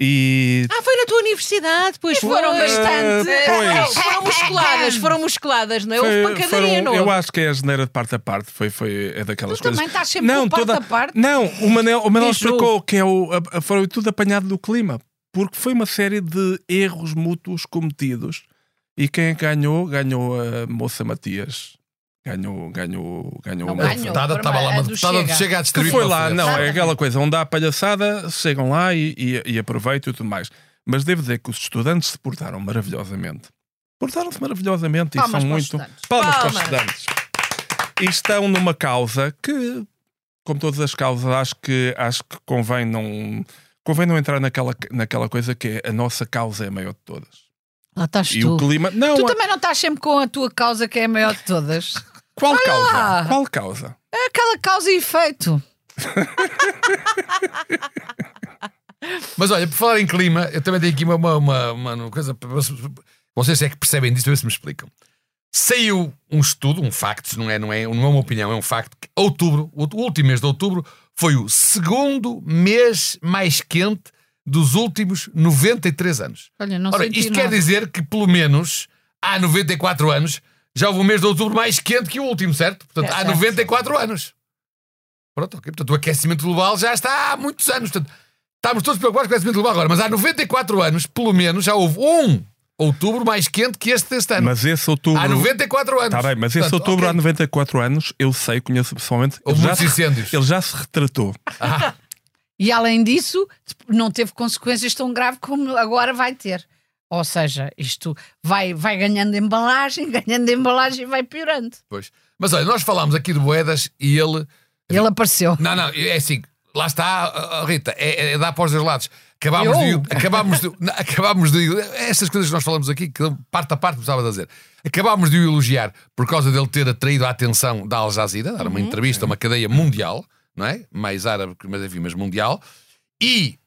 S3: e.
S2: Ah, foi na tua universidade, pois
S1: Foram
S2: foi. Ah,
S1: bastante.
S3: Eh, pois.
S2: Foram musculadas, foram musculadas, não é? Houve
S3: Foi-
S2: pancadaria,
S3: foram-
S2: não
S3: eu
S2: houve?
S3: acho que é a geneira de parte a parte. Foi, foi, é daquelas
S1: Tu
S3: coisas.
S1: também estás sempre com parte a parte.
S3: Não, o Manel, o Manel
S1: Diz-o.
S3: explicou que é o, a- a- foi tudo apanhado do clima, porque foi uma série de erros mútuos cometidos e quem ganhou, ganhou a moça Matias. Ganhou, ganhou, ganhou
S1: Não
S3: a
S4: A
S3: moça.
S1: ganhou.
S4: deputada estava lá,
S1: a
S4: uma
S1: do
S4: deputada
S1: Chega.
S4: é chega, chega a
S3: Que
S4: distribuir.
S3: foi lá, não,
S1: Exatamente.
S3: é aquela coisa onde há palhaçada, chegam lá e, e, e aproveitam e tudo mais. Mas devo dizer que os estudantes se portaram maravilhosamente. Portaram-se maravilhosamente e são
S1: Palmas para os
S3: muito.
S1: estudantes.
S3: Palmas para os
S2: Palmas.
S3: estudantes. E estão numa causa que, como todas as causas, acho que, acho que convém não. Convém não entrar naquela, naquela coisa que é a nossa causa é a maior de todas.
S1: Lá estás
S3: E o
S1: tu.
S3: clima. Não,
S1: Tu
S3: a-
S1: também não estás sempre com a tua causa que é a maior de todas.
S3: qual causa?
S1: lá.
S3: Qual causa?
S1: É aquela causa e efeito.
S4: Mas olha, por falar em clima, eu também tenho aqui uma, uma, uma, uma coisa. para- para- Vocês é que percebem disso, a ver se me explicam. Saiu um estudo, um facto, não é, não, é, não é uma opinião, é um facto, que outubro, o o último mês de outubro, foi o segundo mês mais quente dos últimos 93 anos.
S1: Olha, não
S4: Ora,
S1: senti
S4: isto
S1: nada.
S4: quer dizer que, pelo menos, há 94 anos, já houve um mês de outubro mais quente que o último, certo? Portanto,
S2: É,
S4: há
S2: certo.
S4: 94 anos. Pronto, ok. Portanto, o aquecimento global já está há muitos anos. Portanto, estamos todos preocupados com o aquecimento global agora, mas há 94 anos, pelo menos, já houve um outubro mais quente que este deste ano.
S3: Mas esse outubro.
S4: Há 94 anos.
S3: Está bem, mas esse
S4: Portanto,
S3: outubro
S4: ok.
S3: há 94 anos, eu sei, conheço pessoalmente.
S4: Houve
S3: ele, já
S4: muitos
S3: se,
S4: incêndios.
S3: ele já se retratou.
S1: E além disso, tipo, não teve consequências tão graves como agora vai ter. Ou seja, isto vai, vai ganhando embalagem, ganhando embalagem e vai piorando.
S4: Pois. Mas olha, nós falámos aqui de Boedas e ele
S1: Ele apareceu.
S4: Não, não, é assim. Lá está, a- a Rita, é, é dar para os dois lados. Acabámos
S1: Eu?
S4: de. Acabámos de, não, acabámos de. Estas coisas que nós falamos aqui, que parte a parte me estava a dizer. Acabámos de o elogiar por causa dele ter atraído a atenção da Al Jazeera, dar uma entrevista a uma cadeia mundial, não é? Mais árabe, mas enfim, mas mundial. E.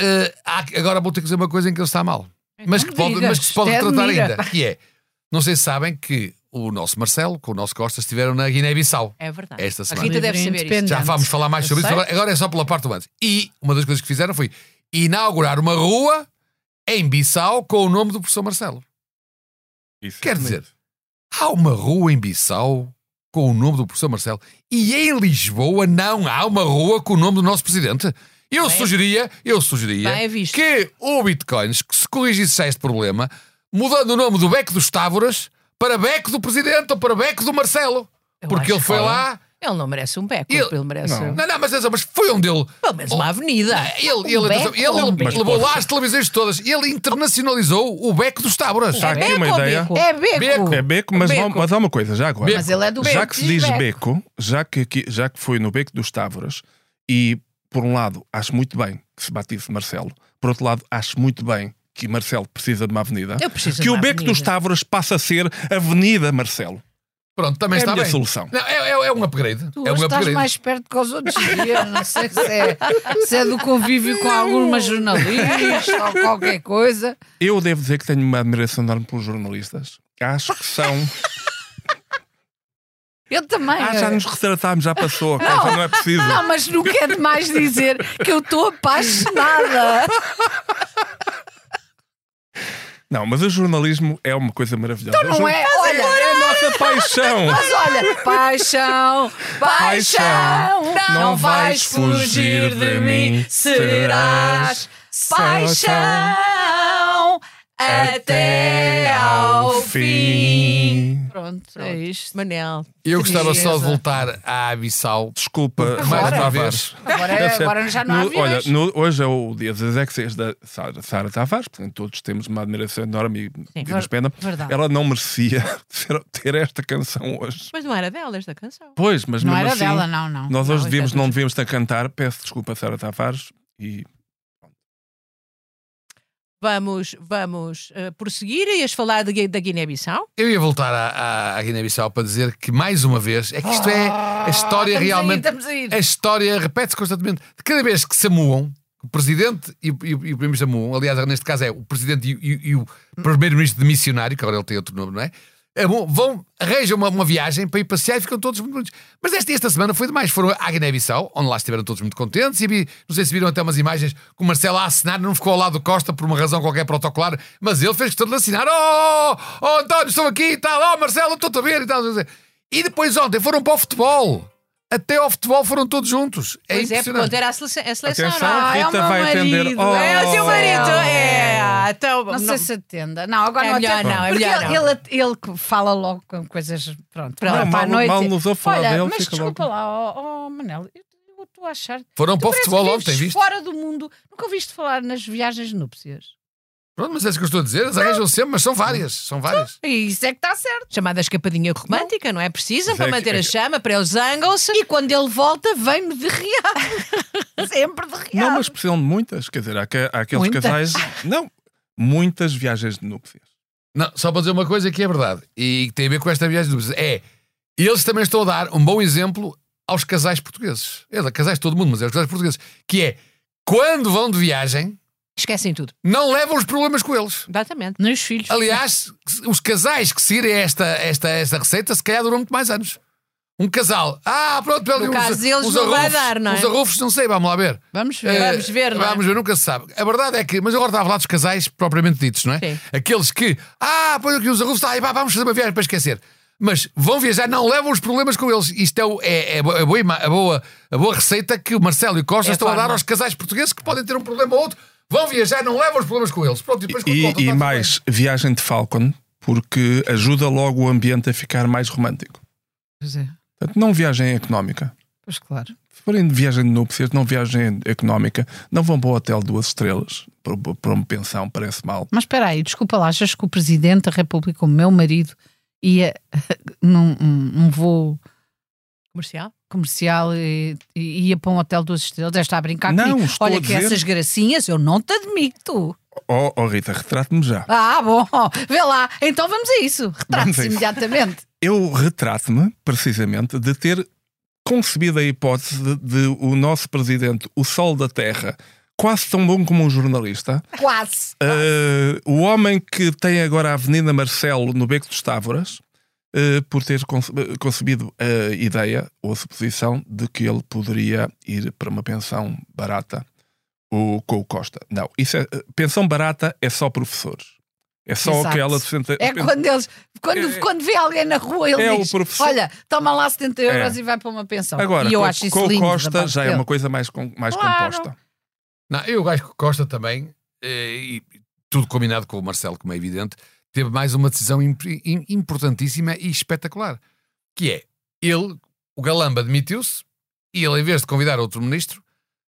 S4: eh, há- agora vou ter que dizer uma coisa em que ele está mal. Mas que, pode,
S1: digas,
S4: mas que se pode
S1: até
S4: retratar
S1: admira.
S4: ainda. Que é. Não sei se sabem que o nosso Marcelo, com o nosso Costa, estiveram na Guiné-Bissau.
S2: É verdade.
S4: Esta
S2: a
S4: semana.
S2: Rita deve
S1: Livre
S2: saber isto.
S1: independente.
S4: Já vamos falar mais
S1: Eu
S4: sobre isso.
S1: sei.
S4: Agora, agora é só pela parte do antes. E uma das coisas que fizeram foi inaugurar uma rua em Bissau com o nome do professor Marcelo.
S3: Isso
S4: Quer
S3: mesmo.
S4: dizer, há uma rua em Bissau com o nome do professor Marcelo e em Lisboa não há uma rua com o nome do nosso presidente. Eu sugeria, eu sugeria
S2: Bem é visto.
S4: que o Bitcoins que se corrigisse a este problema, mudando o nome do Beco dos Távoras para Beco do Presidente ou para Beco do Marcelo.
S2: Eu acho
S4: porque ele foi
S2: que-
S4: lá.
S2: Ele não merece um beco,
S4: Ele-
S2: ele merece
S4: Não, não, mas, mas foi onde ele.
S2: pelo menos uma avenida.
S4: Ele, ele,
S2: Um beco,
S4: ele- ele
S2: um beco.
S4: levou lá as televisões todas. Ele internacionalizou o Beco dos Távoras.
S3: Está Tá aqui uma
S2: Beco ou
S3: ideia.
S2: beco?
S1: É beco.
S4: Beco.
S3: É beco, mas,
S2: Beco.
S3: Há, mas há uma coisa, já agora.
S4: Beco.
S1: Mas ele é do
S3: já
S1: beco,
S3: que se diz
S1: beco.
S3: beco, já, que, aqui- já que foi no beco dos Távoras, e por um lado acho muito bem que se batize Marcelo, por outro lado acho muito bem que Marcelo precisa de uma avenida,
S2: Eu preciso
S3: que
S2: de
S3: o
S2: uma
S3: beco
S2: avenida.
S3: dos Távoras passa a ser Avenida Marcelo.
S4: Pronto, também
S3: É
S4: está
S3: a minha
S4: tá bem.
S3: solução.
S4: Não, é, é- é um upgrade.
S1: Tu
S4: é um
S1: hoje estás
S4: upgrade.
S1: mais perto que os outros dias. Não sei se é, se é do convívio com alguma jornalista ou qualquer coisa.
S3: Eu devo dizer que tenho uma admiração enorme pelos jornalistas. Acho que são.
S1: Eu também. eh,
S3: Ah, já nos retratámos, já passou. ok, Já não é preciso.
S1: Não, mas nunca é demais dizer que eu estou apaixonada.
S3: Não, mas o jornalismo é uma coisa maravilhosa.
S1: Não é? Olha,
S3: É a nossa paixão.
S1: mas olha, paixão, paixão,
S3: Não vais fugir de mim, serás
S1: paixão até ao fim. Pronto, é isto.
S2: Manel.
S4: Eu gostava
S1: é?
S4: só de
S2: tristeza.
S4: voltar à Abissal.
S3: Desculpa,
S4: Mais uma
S3: Tavares.
S4: vez.
S1: Agora,
S3: Deve ser.
S1: agora já não há
S3: No-
S1: aviões.
S3: Olha, no- hoje é o dia 16 da Sara, Sara Tavares, portanto todos temos uma admiração enorme e temos
S2: ver-
S3: pena.
S2: verdade.
S3: Ela não merecia ser- ter esta canção hoje.
S2: Mas não era dela esta canção.
S3: Pois, mas
S1: não
S3: mesmo
S1: era
S3: assim,
S1: dela, não, não. é
S3: nós hoje
S2: Não,
S3: devíamos,
S2: exato.
S3: não devíamos estar a cantar. Peço desculpa, Sara Tavares. E
S2: Vamos, vamos eh, prosseguir. Ias falar de, da Guiné-Bissau?
S4: Eu ia voltar à, à- à Guiné-Bissau para dizer que, mais uma vez, é que isto é a história
S1: Ah, Estamos
S4: realmente.
S1: aí, estamos a
S3: É,
S1: ir.
S4: A história repete-se constantemente. De cada vez que Samuam, o presidente e, o- e o e o primeiro-ministro Samuam, aliás, neste caso é o presidente e, o- e o- e o primeiro-ministro de missionário, que agora ele tem outro nome, não é? É bom, Vão, arranjam uma, uma viagem para ir passear e ficam todos muito bonitos. Mas esta, esta semana foi demais. Foram à Guiné-Bissau, onde lá estiveram todos muito contentes. E vi, não sei se viram até umas imagens com o Marcelo a assinar, não ficou ao lado do Costa por uma razão qualquer protocolar, mas ele fez questão de assinar. Oh, oh António, estou aqui e tal. Oh, Marcelo, estou-te a ver e tal. E depois ontem foram para o futebol. Até ao futebol foram todos juntos. É
S2: pois é,
S4: impressionante.
S2: porque era a seleção. A seleção
S3: atenção,
S2: não.
S1: é o
S3: Rita
S1: meu
S3: vai atender.
S1: marido, é
S2: o teu marido! É! ah, Então,
S1: Não,
S2: não,
S1: sei se atenda. Não, agora
S2: É
S1: não
S2: melhor
S1: atende.
S2: não, é
S1: Porque
S2: melhor
S1: ele, Ele, ele que fala logo com coisas. Pronto,
S3: Não,
S1: para
S3: mal-
S1: a noite.
S3: mal nos ouve falar
S1: Olha,
S3: dele,
S1: mas
S3: fica
S1: desculpa
S3: logo.
S1: lá, oh, oh, Manel, eu eu estou a achar.
S4: Foram
S1: Tu
S4: para
S1: Então,
S4: o
S1: parece
S4: futebol
S1: que
S4: ontem,
S1: vives
S4: viste?
S1: fora do mundo. Nunca ouviste falar nas viagens núpcias.
S4: Pronto, mas é isso que eu estou a dizer. Eles arranjam sempre, mas são várias. São várias.
S1: E isso é que está certo.
S2: Chamada escapadinha romântica, não é? Precisam
S3: Mas é
S2: para
S3: que-
S2: manter
S3: é
S2: a
S3: que-
S2: chama, para eles zangam-se.
S1: E quando ele volta, vem-me de real. Sempre de real.
S3: Não, mas precisam de muitas. Quer dizer, há, ca- há aqueles
S1: Ah, Muitas?
S3: casais. Não, muitas viagens de núpcias.
S4: Não, só para dizer uma coisa que é verdade e que tem a ver com esta viagem do É, eles também estão a dar um bom exemplo aos casais portugueses. É, casais de todo mundo, mas é os casais portugueses. Que é, quando vão de viagem,
S2: Esquecem tudo.
S4: não levam os problemas com eles.
S2: Exatamente.
S1: Nos filhos.
S4: Aliás, os casais que seguirem esta, esta, esta receita, se calhar duram muito mais anos. Um casal. Ah, pronto,
S2: No
S4: uns-
S2: caso deles
S4: uns
S2: não vai
S4: arrufos,
S2: dar, não é?
S4: Uns arrufos, não sei, vamos lá ver.
S1: Vamos ver.
S4: Eh,
S2: Vamos ver, não é?
S4: Vamos ver, nunca se sabe. A verdade é que, mas eu agora estava a falar dos casais propriamente ditos, não é?
S2: Sim.
S4: Aqueles que, ah, põe aqui os arrufos, tá, e pá, vamos fazer uma viagem para esquecer. Mas vão viajar, não levam os problemas com eles. Isto é, o- é, é bo- a, boa, ima- a, boa, a boa receita que o Marcelo e o
S2: É
S4: Costa
S2: a
S4: estão a dar
S2: forma.
S4: aos casais portugueses que podem ter um problema ou outro. Vão viajar, não levam os problemas com eles. Pronto, e depois quando
S3: E,
S4: voltam,
S3: e
S4: está tudo bem.
S3: mais, viagem de Falcon, porque ajuda logo o ambiente a ficar mais romântico.
S1: Pois é.
S3: Portanto, não viagem económica.
S1: Pois claro.
S3: Se forem de viagem de núpcias, não viagem económica, não vão para o hotel duas estrelas, para, para uma pensão, parece mal.
S1: Mas espera aí, desculpa lá, achas que o Presidente da República, o meu marido, ia num, um, um voo
S2: Comercial.
S1: comercial e, e ia para um hotel duas estrelas? Já está a brincar
S3: Não,
S1: comigo.
S3: estou
S1: Olha
S3: a
S1: que
S3: dizer-
S1: essas gracinhas eu não te admito.
S3: Oh, oh Rita, retrate-me já.
S1: Ah, bom, vê lá. Então vamos a isso.
S3: Vamos a
S1: Retrate-se
S3: isso.
S1: imediatamente.
S3: Eu retrato-me, precisamente, de ter concebido a hipótese de, de o nosso presidente, o sol da terra, quase tão bom como um jornalista,
S1: Quase.
S3: Uh, o homem que tem agora a Avenida Marcelo no Beco dos Távoras, uh, por ter conce- concebido a ideia ou a suposição de que ele poderia ir para uma pensão barata o- com o Costa. Não, isso é, uh, pensão barata é só professores. É só
S1: Exato.
S3: aquela de 60
S1: É quando eles, quando,
S3: É-
S1: quando vê alguém na rua, ele
S3: É o
S1: diz:
S3: professor-
S1: Olha, toma lá 70 euros
S3: É.
S1: e vai para uma pensão.
S3: Agora,
S1: Então, e eu
S3: com,
S1: acho isso
S3: com o
S1: lindo. da
S3: Costa
S1: parte
S3: já é
S1: dele.
S3: uma coisa mais, com- mais
S1: Claro.
S3: composta.
S4: Não, eu acho que Costa também, eh, e tudo combinado com o Marcelo, como é evidente, teve mais uma decisão imp- im- importantíssima e espetacular, que é, ele, o Galamba demitiu-se, e ele, em vez de convidar outro ministro,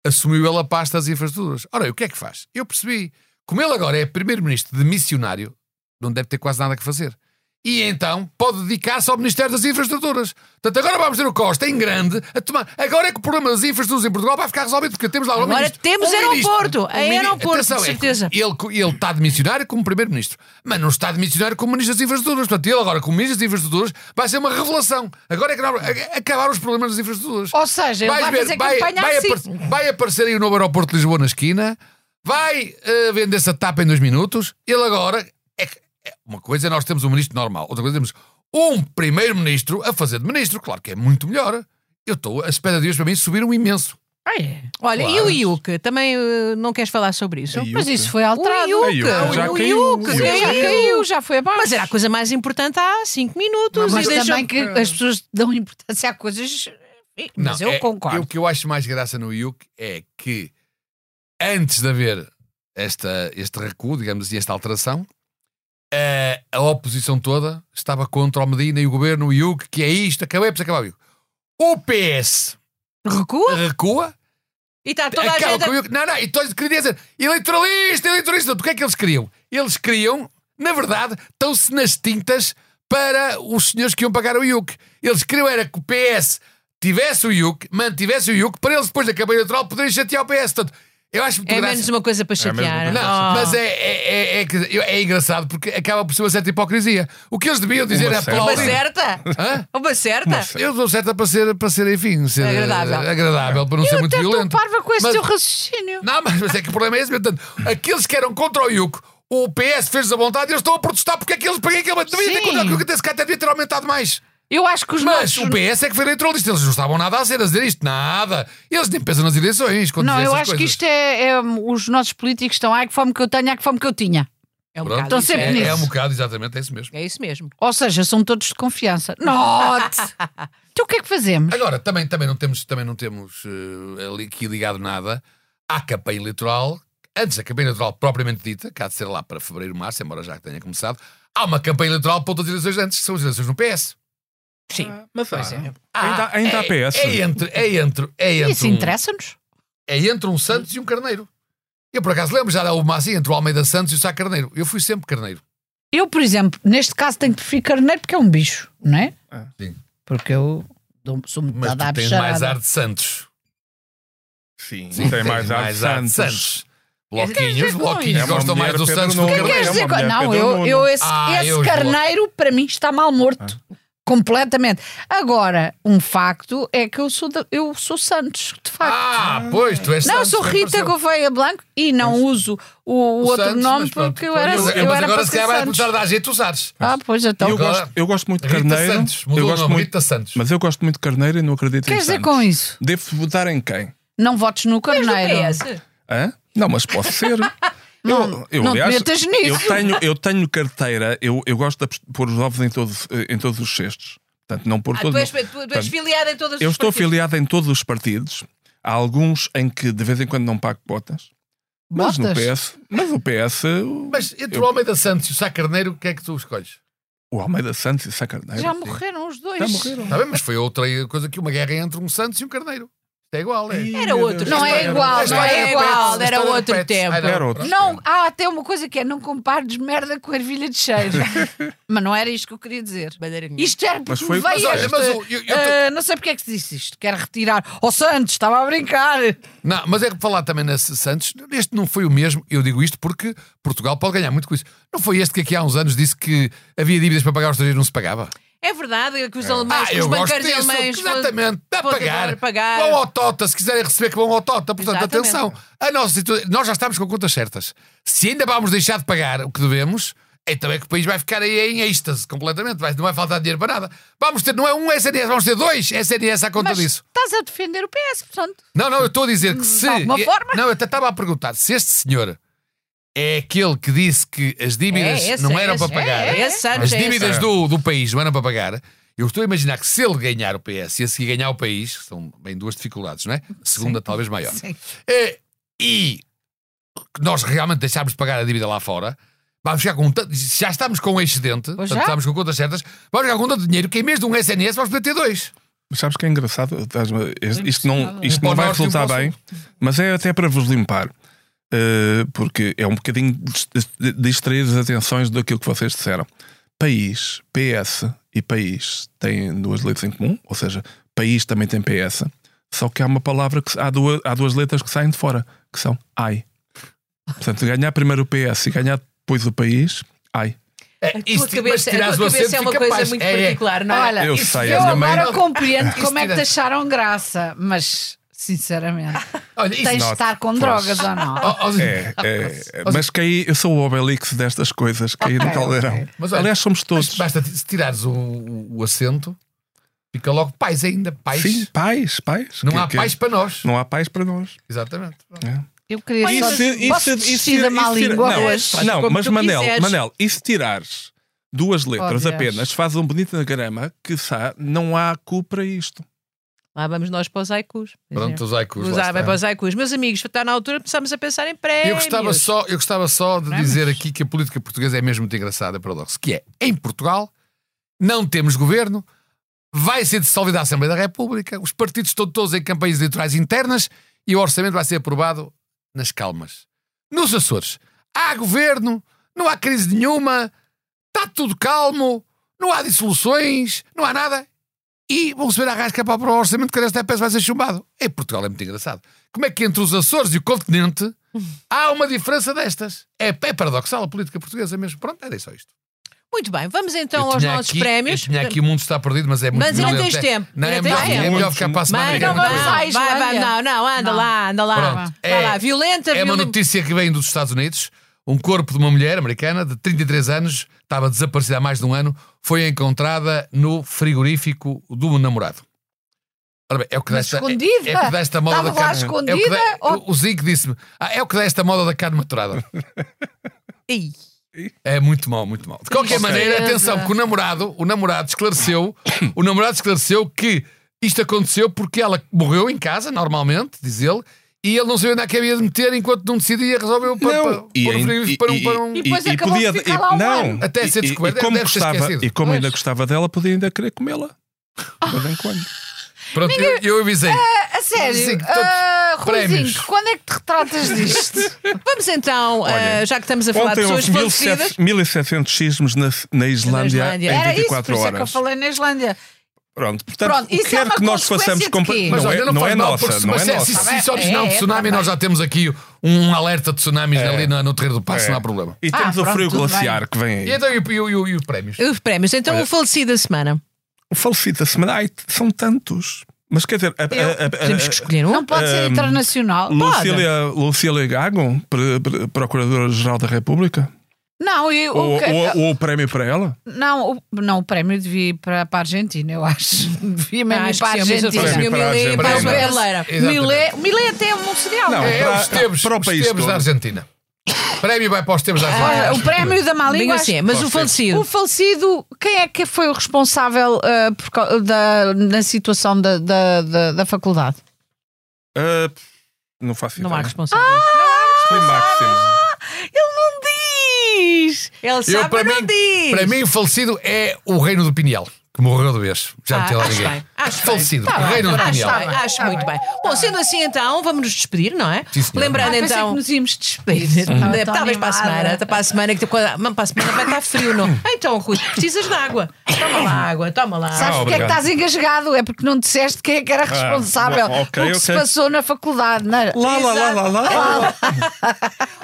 S4: assumiu ele a pasta das infraestruturas. Ora, o que é que faz? Eu percebi. Como ele agora é primeiro-ministro de missionário, não deve ter quase nada que fazer. E então pode dedicar-se ao Ministério das Infraestruturas. Portanto, agora vamos ter o Costa em grande a tomar. Agora é que o problema das infraestruturas em Portugal vai ficar resolvido, porque temos lá um
S1: Agora
S4: ministro.
S1: temos
S4: um ministro,
S1: aeroporto. É
S4: mini-
S1: aeroporto,
S4: Atenção,
S1: de
S4: é que
S1: certeza.
S4: ele, ele está de missionário como primeiro-ministro, mas não está de missionário como ministro das infraestruturas. Portanto, ele agora como ministro das infraestruturas vai ser uma revelação. Agora é que não- a- acabaram os problemas das infraestruturas.
S1: Ou seja, ele
S4: Vais
S1: vai
S4: ver,
S1: fazer campanha
S4: vai
S1: assim.
S4: apare- vai aparecer aí o novo aeroporto de Lisboa na esquina, vai eh, vender-se a tapa em dois minutos. Ele agora. É, que- é- uma coisa é nós temos um ministro normal, outra coisa temos um primeiro-ministro a fazer de ministro. Claro que é muito melhor. Eu estou. As expectativas para mim subiram imenso.
S2: Ah, é. Olha,
S4: Claro.
S2: e o IUC? Também eh, não queres falar sobre isso?
S3: IUC.
S1: Mas isso foi alterado.
S2: O
S3: Aí,
S2: Iuca,
S3: eu já
S2: o
S3: caí.
S2: Iuca,
S3: Eu
S1: Já
S3: já caí.
S1: caiu, já foi abaixo.
S2: Mas era a coisa mais importante há 5 minutos.
S1: Não, mas
S2: e deixam-
S1: também que as pessoas dão importância a coisas. Mas
S4: Não,
S1: eu
S4: é-
S1: concordo.
S4: eu- O que eu acho mais graça no IUC é que antes de haver esta, este recuo, digamos assim, esta alteração, eh, a, oposição toda estava contra o Medina e o governo, o IUC, que é isto, acabei por acabar o IUC. O PS
S2: recua
S4: recua,
S2: e está toda a
S4: acaba
S2: gente. é-
S4: com o IUC. Não, não, e todos queriam dizer eleitoralista, eleitoralista. Do que é que eles queriam? Eles queriam, na verdade, estão-se nas tintas para os senhores que iam pagar o IUC. Eles queriam era que o PS tivesse o IUC, mantivesse o IUC, para eles depois da campanha eleitoral poderem chatear o PS. Portanto, eu acho muito
S2: É
S4: graça.
S2: menos uma coisa para
S3: menos uma
S2: chatear.
S3: coisa
S4: Não,
S2: Oh.
S4: mas é, é, é, é, que- é engraçado porque acaba por ser uma certa hipocrisia. O que eles deviam dizer é
S3: Uma certa.
S2: Uma
S4: aplaudir.
S2: certa?
S4: Hã?
S2: Uma certa?
S4: Eu dou certa para ser, para ser enfim, ser
S2: Agradável.
S4: eh, agradável, para não ser muito
S1: Até estou
S4: violento.
S1: parva com esse
S4: Mas-
S1: teu raciocínio.
S4: Não, mas, mas é que o problema é esse. Portanto, aqueles que eram contra o IUC, o PS fez a vontade e eles estão a protestar porque é que eles paguei aquele devia ter
S1: Sim.
S4: contra o IUC, até se calhar até devia ter aumentado mais.
S1: Eu acho que os
S4: Mas o
S1: nossos.
S4: PS é que foi eleitoralista, eles não estavam nada a dizer, a dizer isto, nada. Eles nem pensam nas eleições. quando
S1: Não,
S4: dizem
S1: eu
S4: essas
S1: acho que
S4: coisas.
S1: isto é, é, um, Os nossos políticos estão. Ai, que fome que eu tenho, ai, que fome que eu tinha.
S2: É um
S4: Pronto.
S2: bocado isso,
S1: Então sempre
S2: é.
S4: é,
S1: nisso.
S4: é um bocado, exatamente, é isso mesmo.
S2: É isso mesmo.
S1: Ou seja, são todos de confiança. Note! então o que é que fazemos?
S4: Agora, também, também não temos, também não temos eh, ali aqui ligado nada à campanha eleitoral. Antes da campanha eleitoral propriamente dita, que há de ser lá para fevereiro, março, embora já tenha começado, há uma campanha eleitoral para outras eleições antes, que são as eleições no PS.
S2: Sim.
S4: Ah,
S3: Mas
S2: Pois é.
S3: Ainda- ainda há
S4: é,
S3: PS.
S4: É entre, é entre, é entre,
S3: assim-
S1: Isso
S4: um,
S1: interessa-nos?
S4: é entre um Santos e um Carneiro. Eu por acaso lembro, já houve uma assim, entre o Almeida Santos e o Sá Carneiro. Eu fui sempre Carneiro.
S1: Eu, por exemplo, neste caso tenho que preferir carneiro porque é um bicho, não é?
S3: Ah,
S4: sim.
S1: Porque eu dou- sou muito
S4: Mas
S1: dada à
S4: tu tens mais
S1: bicharada.
S4: ar de Santos.
S3: Sim,
S4: Sim,
S3: tem
S4: tens
S3: mais ar de Santos.
S4: Bloquinhos,
S1: com
S4: bloquinhos
S3: isso? É
S4: gostam
S3: uma
S4: mais do
S3: mulher,
S4: Santos do
S3: Pedro
S4: que
S3: Nuno.
S1: Queres
S3: É uma
S4: Carneiro.
S1: dizer co-
S3: mulher
S1: Não,
S3: Pedro
S1: eu,
S3: Nuno.
S1: eu esse,
S4: Ah,
S1: esse
S4: eu Ah. esgoto.
S1: carneiro para mim está mal morto. Completamente. Agora, um facto é que eu sou, da- eu sou Santos, de facto.
S4: Ah, pois, tu és
S1: não,
S4: Santos.
S1: sou
S4: bem
S1: Rita
S4: pareceu.
S1: Gouveia Blanco e não uso o, o
S4: O
S1: outro
S4: Santos,
S1: nome
S4: mas pronto.
S1: porque eu era, eu,
S4: Mas
S1: era
S4: agora
S1: para
S4: se
S1: ser
S4: calhar vai
S1: Santos.
S4: começar a dar jeito os ares.
S1: Ah, pois então.
S3: Eu gosto, eu gosto muito de
S4: Rita
S3: carneiro.
S4: Santos, mudou
S3: eu
S4: o
S3: gosto
S4: nome,
S3: muito,
S4: Rita Santos.
S3: Mas eu gosto muito de carneiro e não acredito em
S1: Queres dizer
S3: Santos.
S1: com isso?
S3: Devo votar em quem?
S1: Não é, votes no
S2: Mas do
S1: carneiro.
S2: PS?
S3: Hã? Não, mas pode ser.
S1: Não- não te metas nisso.
S3: Eu tenho, eu tenho carteira, eu, eu gosto de pôr os ovos em todos, eh, em todos os cestos. Portanto, não pôr
S2: Ah,
S3: todos.
S2: tu és, tu és
S3: Portanto,
S2: filiada em todas
S3: Eu
S2: as
S3: estou afiliado em todos os partidos. Há alguns em que de vez em quando não pago botas. Mas no
S1: Botas?
S3: PS, mas o PS, o-
S4: Mas entre
S3: Eu-
S4: o Almeida Santos e o Sá Carneiro, o que é que tu escolhes?
S3: o Almeida Santos e Sacarneiro.
S1: Já morreram os dois.
S3: Já morreram.
S4: Está Tá bem, mas foi outra coisa que uma guerra entre um Santos e um Carneiro. Isto é igual, é?
S2: Era outro.
S1: Não é
S4: A
S1: igual, não
S4: história
S1: é
S4: repete-se,
S1: igual.
S4: a
S2: era
S4: história
S2: outro
S4: repete-se.
S2: tempo.
S4: Ai, não,
S3: Era outro
S4: pronto.
S1: Não, há até uma coisa que é: não compares merda com ervilha de cheiro. Mas não era isto que eu queria dizer.
S2: Bandeirinha.
S1: Isto era porque
S3: Mas foi-
S1: me veio
S4: Mas olha,
S1: esta-
S4: mas o- eu- eu tô-
S1: Ah, Não sei porque é que se disse isto. Quero retirar. Ó Santos, estava a brincar.
S4: Não, mas é que falar também nesse Santos, este não foi o mesmo, eu digo isto porque Portugal pode ganhar muito com isso. Não foi este que aqui há uns anos disse que havia dívidas para pagar aos estrangeiros e não se pagava?
S2: É verdade que os alemães,
S4: Ah,
S2: que os é
S4: eu gosto
S2: banqueiros
S4: disso,
S2: alemães.
S4: exatamente, dá a
S2: podem
S4: pagar.
S2: pagar.
S4: Vão ao Tota, se quiserem receber que vão ao Tota. Portanto,
S2: Exatamente.
S4: atenção, a nossa situa- nós já estamos com contas certas. Se ainda vamos deixar de pagar o que devemos, então é que o país vai ficar aí em êxtase completamente, vai- não vai faltar dinheiro para nada. Vamos ter, não é um SNS, vamos ter dois SNS à conta
S1: Mas
S4: disso.
S1: estás a defender o PS, portanto.
S4: Não, não, eu estou a dizer que se.
S1: alguma
S4: eu-
S1: forma.
S4: Não, eu até estava a perguntar se este senhor é aquele que disse que as dívidas
S2: É, esse,
S4: não eram
S2: esse,
S4: para pagar,
S2: É, é Santos,
S4: as
S2: é esse.
S4: dívidas do, do país não eram para pagar. Eu estou a imaginar que se ele ganhar o PS e a Ah, seguir ganhar o país, que são bem duas dificuldades, não é? A segunda, talvez maior.
S1: Sim.
S4: É, e que nós realmente deixarmos de pagar a dívida lá fora, vamos ficar com um tanto, já estamos com um excedente,
S1: Pois
S4: portanto,
S1: já.
S4: estamos com contas certas, vamos ficar com tanto dinheiro que em vez de um SNS vamos poder ter dois.
S3: Mas sabes que é engraçado? Estás-me- este- Isto não, isto
S4: Para o
S3: não vai
S4: norte e um
S3: resultar
S4: para o
S3: bem, mas é até para vos limpar. Uh, porque é um bocadinho dis- dis- distrair as atenções daquilo que vocês disseram. País, PS e país têm duas letras em comum, ou seja, país também tem PS, só que há uma palavra que se- há duas, há duas letras que saem de fora, que são ai. Portanto, ganhar primeiro o PS e ganhar depois o país, ai.
S4: É,
S2: A tua
S4: isto- mas
S2: cabeça- a
S4: tirares
S2: tua
S4: o
S2: cabeça
S4: acento
S2: é uma
S4: fica
S2: coisa
S4: baixo.
S2: muito particular, não é?
S1: Olha,
S3: Eu
S4: isso
S3: sei,
S4: é
S1: Eu
S3: a minha mãe-
S1: agora compreendo
S4: Isso
S1: como é que te
S4: tira-
S1: acharam graça, mas sinceramente,
S4: Olha, isso-
S1: tens de
S3: Não,
S1: estar com
S3: pois.
S1: drogas ou não?
S4: Ó- ó, Zé,
S3: É, é, mas caí, eu sou o Obelix destas coisas, caí no
S1: Ok,
S3: caldeirão.
S1: ok.
S4: Mas olha,
S3: Aliás, somos todos.
S4: mas Basta se tirares o, o, o acento, fica logo pais ainda, pais.
S3: Sim, pais, pais.
S4: Não
S3: Que- é
S4: há
S3: que-
S4: pais para nós.
S3: Não há pais para nós.
S4: Exatamente.
S1: Eu queria
S2: Mas
S1: só
S2: isso-
S1: dizer- posso desistir da má
S3: isso-
S1: língua
S3: não,
S1: hoje.
S3: Não,
S2: Como
S3: mas
S2: tu
S3: Manel,
S2: quiseres.
S3: Manel, e se tirares duas letras
S1: Oh, Deus.
S3: apenas, faz um bonito anagrama que sa- não há cu para isto.
S2: Lá vamos nós para os haikus. por exemplo.
S4: Pronto, os aicos.
S2: Usar vai para os haikus. Meus amigos, está na altura, começamos a pensar em prémios.
S4: Eu gostava, só, eu gostava só de dizer aqui que a política portuguesa é mesmo muito engraçada, paradoxo, que é, em Portugal, não temos governo, vai ser dissolvida a Assembleia da República, os partidos estão todos em campanhas eleitorais internas e o orçamento vai ser aprovado nas calmas. Nos Açores, há governo, não há crise nenhuma, está tudo calmo, não há dissoluções, não há nada. E vão subir a rasca para o orçamento que esta peça vai ser chumbado. Em Portugal é muito engraçado. Como é que entre os Açores e o continente há uma diferença destas? É, é paradoxal a política portuguesa mesmo. Pronto, era só isto.
S2: Muito bem, vamos então
S4: Eu
S2: aos
S4: tinha
S2: nossos
S4: aqui-
S2: prémios.
S4: Eu tinha aqui o mundo está perdido, mas é muito
S2: Mas ainda
S4: violento.
S2: tens
S4: É-
S2: tempo,
S4: Não, é
S2: ainda tens
S4: melhor, é
S2: tempo.
S4: melhor ficar para a semana.
S2: Mas
S4: que é
S2: não
S4: muito
S2: vamos
S4: violento.
S2: lá,
S1: violento.
S2: vai, vai,
S1: Islândia.
S2: não, não, anda
S1: Não.
S2: lá, anda lá.
S4: Pronto,
S2: Vai
S4: é-
S2: lá, violenta,
S4: É uma
S2: violenta.
S4: notícia que vem dos Estados Unidos. Um corpo de uma mulher americana de 33 anos, estava desaparecida há mais de um ano, foi encontrada no frigorífico do namorado. Ora bem, é o que dá
S1: Mas
S4: esta,
S1: escondida?
S4: É, é o que dá esta moda
S1: Estava
S4: da
S1: lá
S4: carne. é o, que dá-
S1: escondida ou-
S4: o Zico disse-me: "Ah, é o que dá esta moda da carne maturada.
S2: Ei,
S4: É muito mal, muito mal. De qualquer
S3: Tristeza.
S4: maneira, atenção, porque o namorado, o namorado esclareceu, o namorado esclareceu que isto aconteceu porque ela morreu em casa, normalmente, diz ele, e ele não sabia onde é que havia de meter enquanto não decidia, resolveu para, para,
S3: E
S4: pôr o
S3: ainda-
S4: frigorífico
S3: e-
S4: para um-
S3: e-
S4: para um-
S1: E depois acabou de ficar
S3: e-
S1: lá um
S3: não,
S1: ano.
S4: Até ser
S3: e- e-
S4: descoberto,
S3: E como,
S4: deve ter
S3: gostava,
S4: esquecido.
S3: e como ainda
S1: Pois.
S3: gostava dela, podia ainda querer comê-la. De vez em quando.
S4: Pronto, eu, eu avisei.
S1: A sério,
S4: Sim, todos
S1: ah, Ruizinho,
S4: prémios.
S1: quando é que te retratas disto?
S2: Vamos então,
S3: Olha,
S2: ah, já que estamos a falar de
S4: um
S3: Ontem
S2: pessoas
S3: houve
S2: falecidas.
S3: 1700 1700 sismos na, na Islândia
S2: Islândia.
S3: em
S1: Era isso, por
S3: 24
S1: isso é que eu
S3: horas.
S1: falei na Islândia.
S3: Pronto, portanto,
S1: Pronto,
S3: o
S1: isso
S3: que
S1: é
S3: quer
S1: uma
S3: que nós
S1: consequência
S3: façamos
S1: de quê?
S4: Mas
S3: não
S4: olha,
S3: é,
S4: não,
S3: não
S4: faz
S3: é
S4: mal,
S3: nossa,
S4: porque
S3: não é
S4: se, se,
S3: nossa.
S4: se isso originar um
S1: É, é,
S4: tsunami,
S1: tá
S4: nós
S1: bem.
S4: já temos aqui um alerta de tsunamis ali no, no Terreiro do Passo,
S3: É.
S4: não há problema.
S3: E temos
S1: Ah,
S3: o
S1: pronto,
S3: frio
S1: tudo bem.
S3: glaciar que vem aí.
S4: E então, e, o- e, o- e, o- e os prémios?
S2: Os prémios, então o falecido da semana.
S3: O falecido da semana, ai, são tantos. Mas quer dizer, a, a- a- a-
S2: Temos que escolher um.
S1: Não pode ser internacional.
S3: Eh,
S1: Pode.
S3: Ehm, Lucília, Lucília Gago, pre- pre- Procuradora-Geral da República?
S1: Não, eu, o
S3: Ou,
S1: que-
S3: ou- ou o prémio para ela?
S1: não, o, não, o prémio devia ir para, para a Argentina, eu acho. Devia mesmo ir
S2: Acho que
S1: para a
S2: sim, mas eu
S1: Argentina.
S2: faço o meu
S3: Prémio para a
S2: Milê e
S3: Argentina.
S2: mais uma
S3: Prémio.
S2: galeira.
S4: Exatamente.
S1: Milé, o Milé até é um mundial.
S3: Não,
S1: é?
S4: É,
S3: Ah, Para-
S4: os Tebes,
S3: para o
S4: os
S3: país
S4: Tebes
S3: todo.
S4: da Argentina. Prémio vai para os Tebes da Argentina.
S2: é
S1: Ah,
S2: um
S1: o prémio da má
S2: Língua
S1: língua.
S2: assim, mas o
S3: Pode ser.
S2: falecido.
S1: O falecido, quem é que foi o responsável ah, por cau- da, na situação da, da, da, da faculdade?
S3: Ah, não faço ideia.
S2: Não há responsáveis.
S3: Foi Máximo.
S1: Ah, Ele não diz!
S2: Ele
S4: Eu,
S2: sabe,
S4: para
S2: mas não
S4: mim-
S2: diz.
S4: Para mim, o falecido é o reino do Pinhel, que morreu de vez. Já não
S2: Ah,
S4: tem lá
S2: acho
S4: ninguém.
S2: bem, acho bem.
S4: falecido, o reino do
S2: Ah, Acho,
S4: Pinhel.
S2: bem, acho muito bem. Bom, sendo assim então, vamos nos despedir, não é?
S4: Sim, senhora.
S2: Lembrando
S1: Ah, pensei
S2: então. Uhum.
S1: que nos íamos despedir. Ah, tá Estava tão
S2: Talvez para a
S1: animada.
S2: semana, até para a semana que ah, mas para a semana vai estar frio, não?
S4: Uhum.
S2: Então, Rui, precisas de água. Toma lá água, toma lá.
S1: Sabes
S3: Ah,
S1: porque é que
S3: obrigado.
S1: estás engasgado? É porque não disseste quem é que era responsável
S3: bom, ok,
S1: pelo que se
S3: ok.
S1: passou na faculdade. é? Na...
S3: Lá, lá, lá, lá, lá, lá.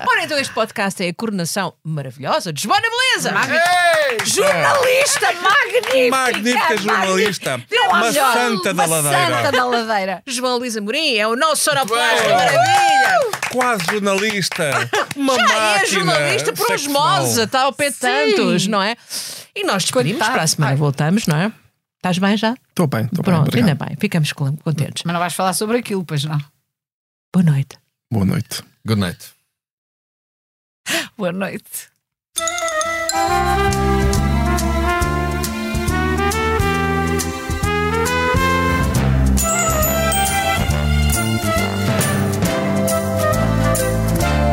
S2: Ora, então este podcast é a coronação maravilhosa de Joana Beleza.
S4: Ei!
S1: Jornalista magnífica!
S3: Magnífica jornalista.
S1: Não há
S3: Uma
S1: melhor.
S3: santa da
S1: Uma
S3: ladeira.
S1: santa da ladeira.
S2: João Luís Amorim é o nosso sonoplasta,
S4: Ué.
S2: maravilha.
S3: Quase jornalista. Uma
S2: Já
S3: máquina.
S2: é jornalista por
S3: sexual.
S2: osmose, está ao pé de
S1: Sim.
S2: tantos, não é? E nós despedimos
S1: Coitado.
S2: para a semana, voltamos, não é? Estás bem já?
S3: Estou bem, estou bem.
S2: Pronto,
S3: obrigado.
S2: ainda bem, ficamos cl- contentes.
S1: Mas não vais falar sobre aquilo, pois não?
S2: Boa noite.
S3: Boa noite.
S4: Good night.
S1: Boa noite.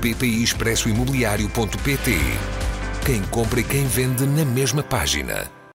S5: bpiexpressoimobiliario.pt Quem compra e quem vende na mesma página.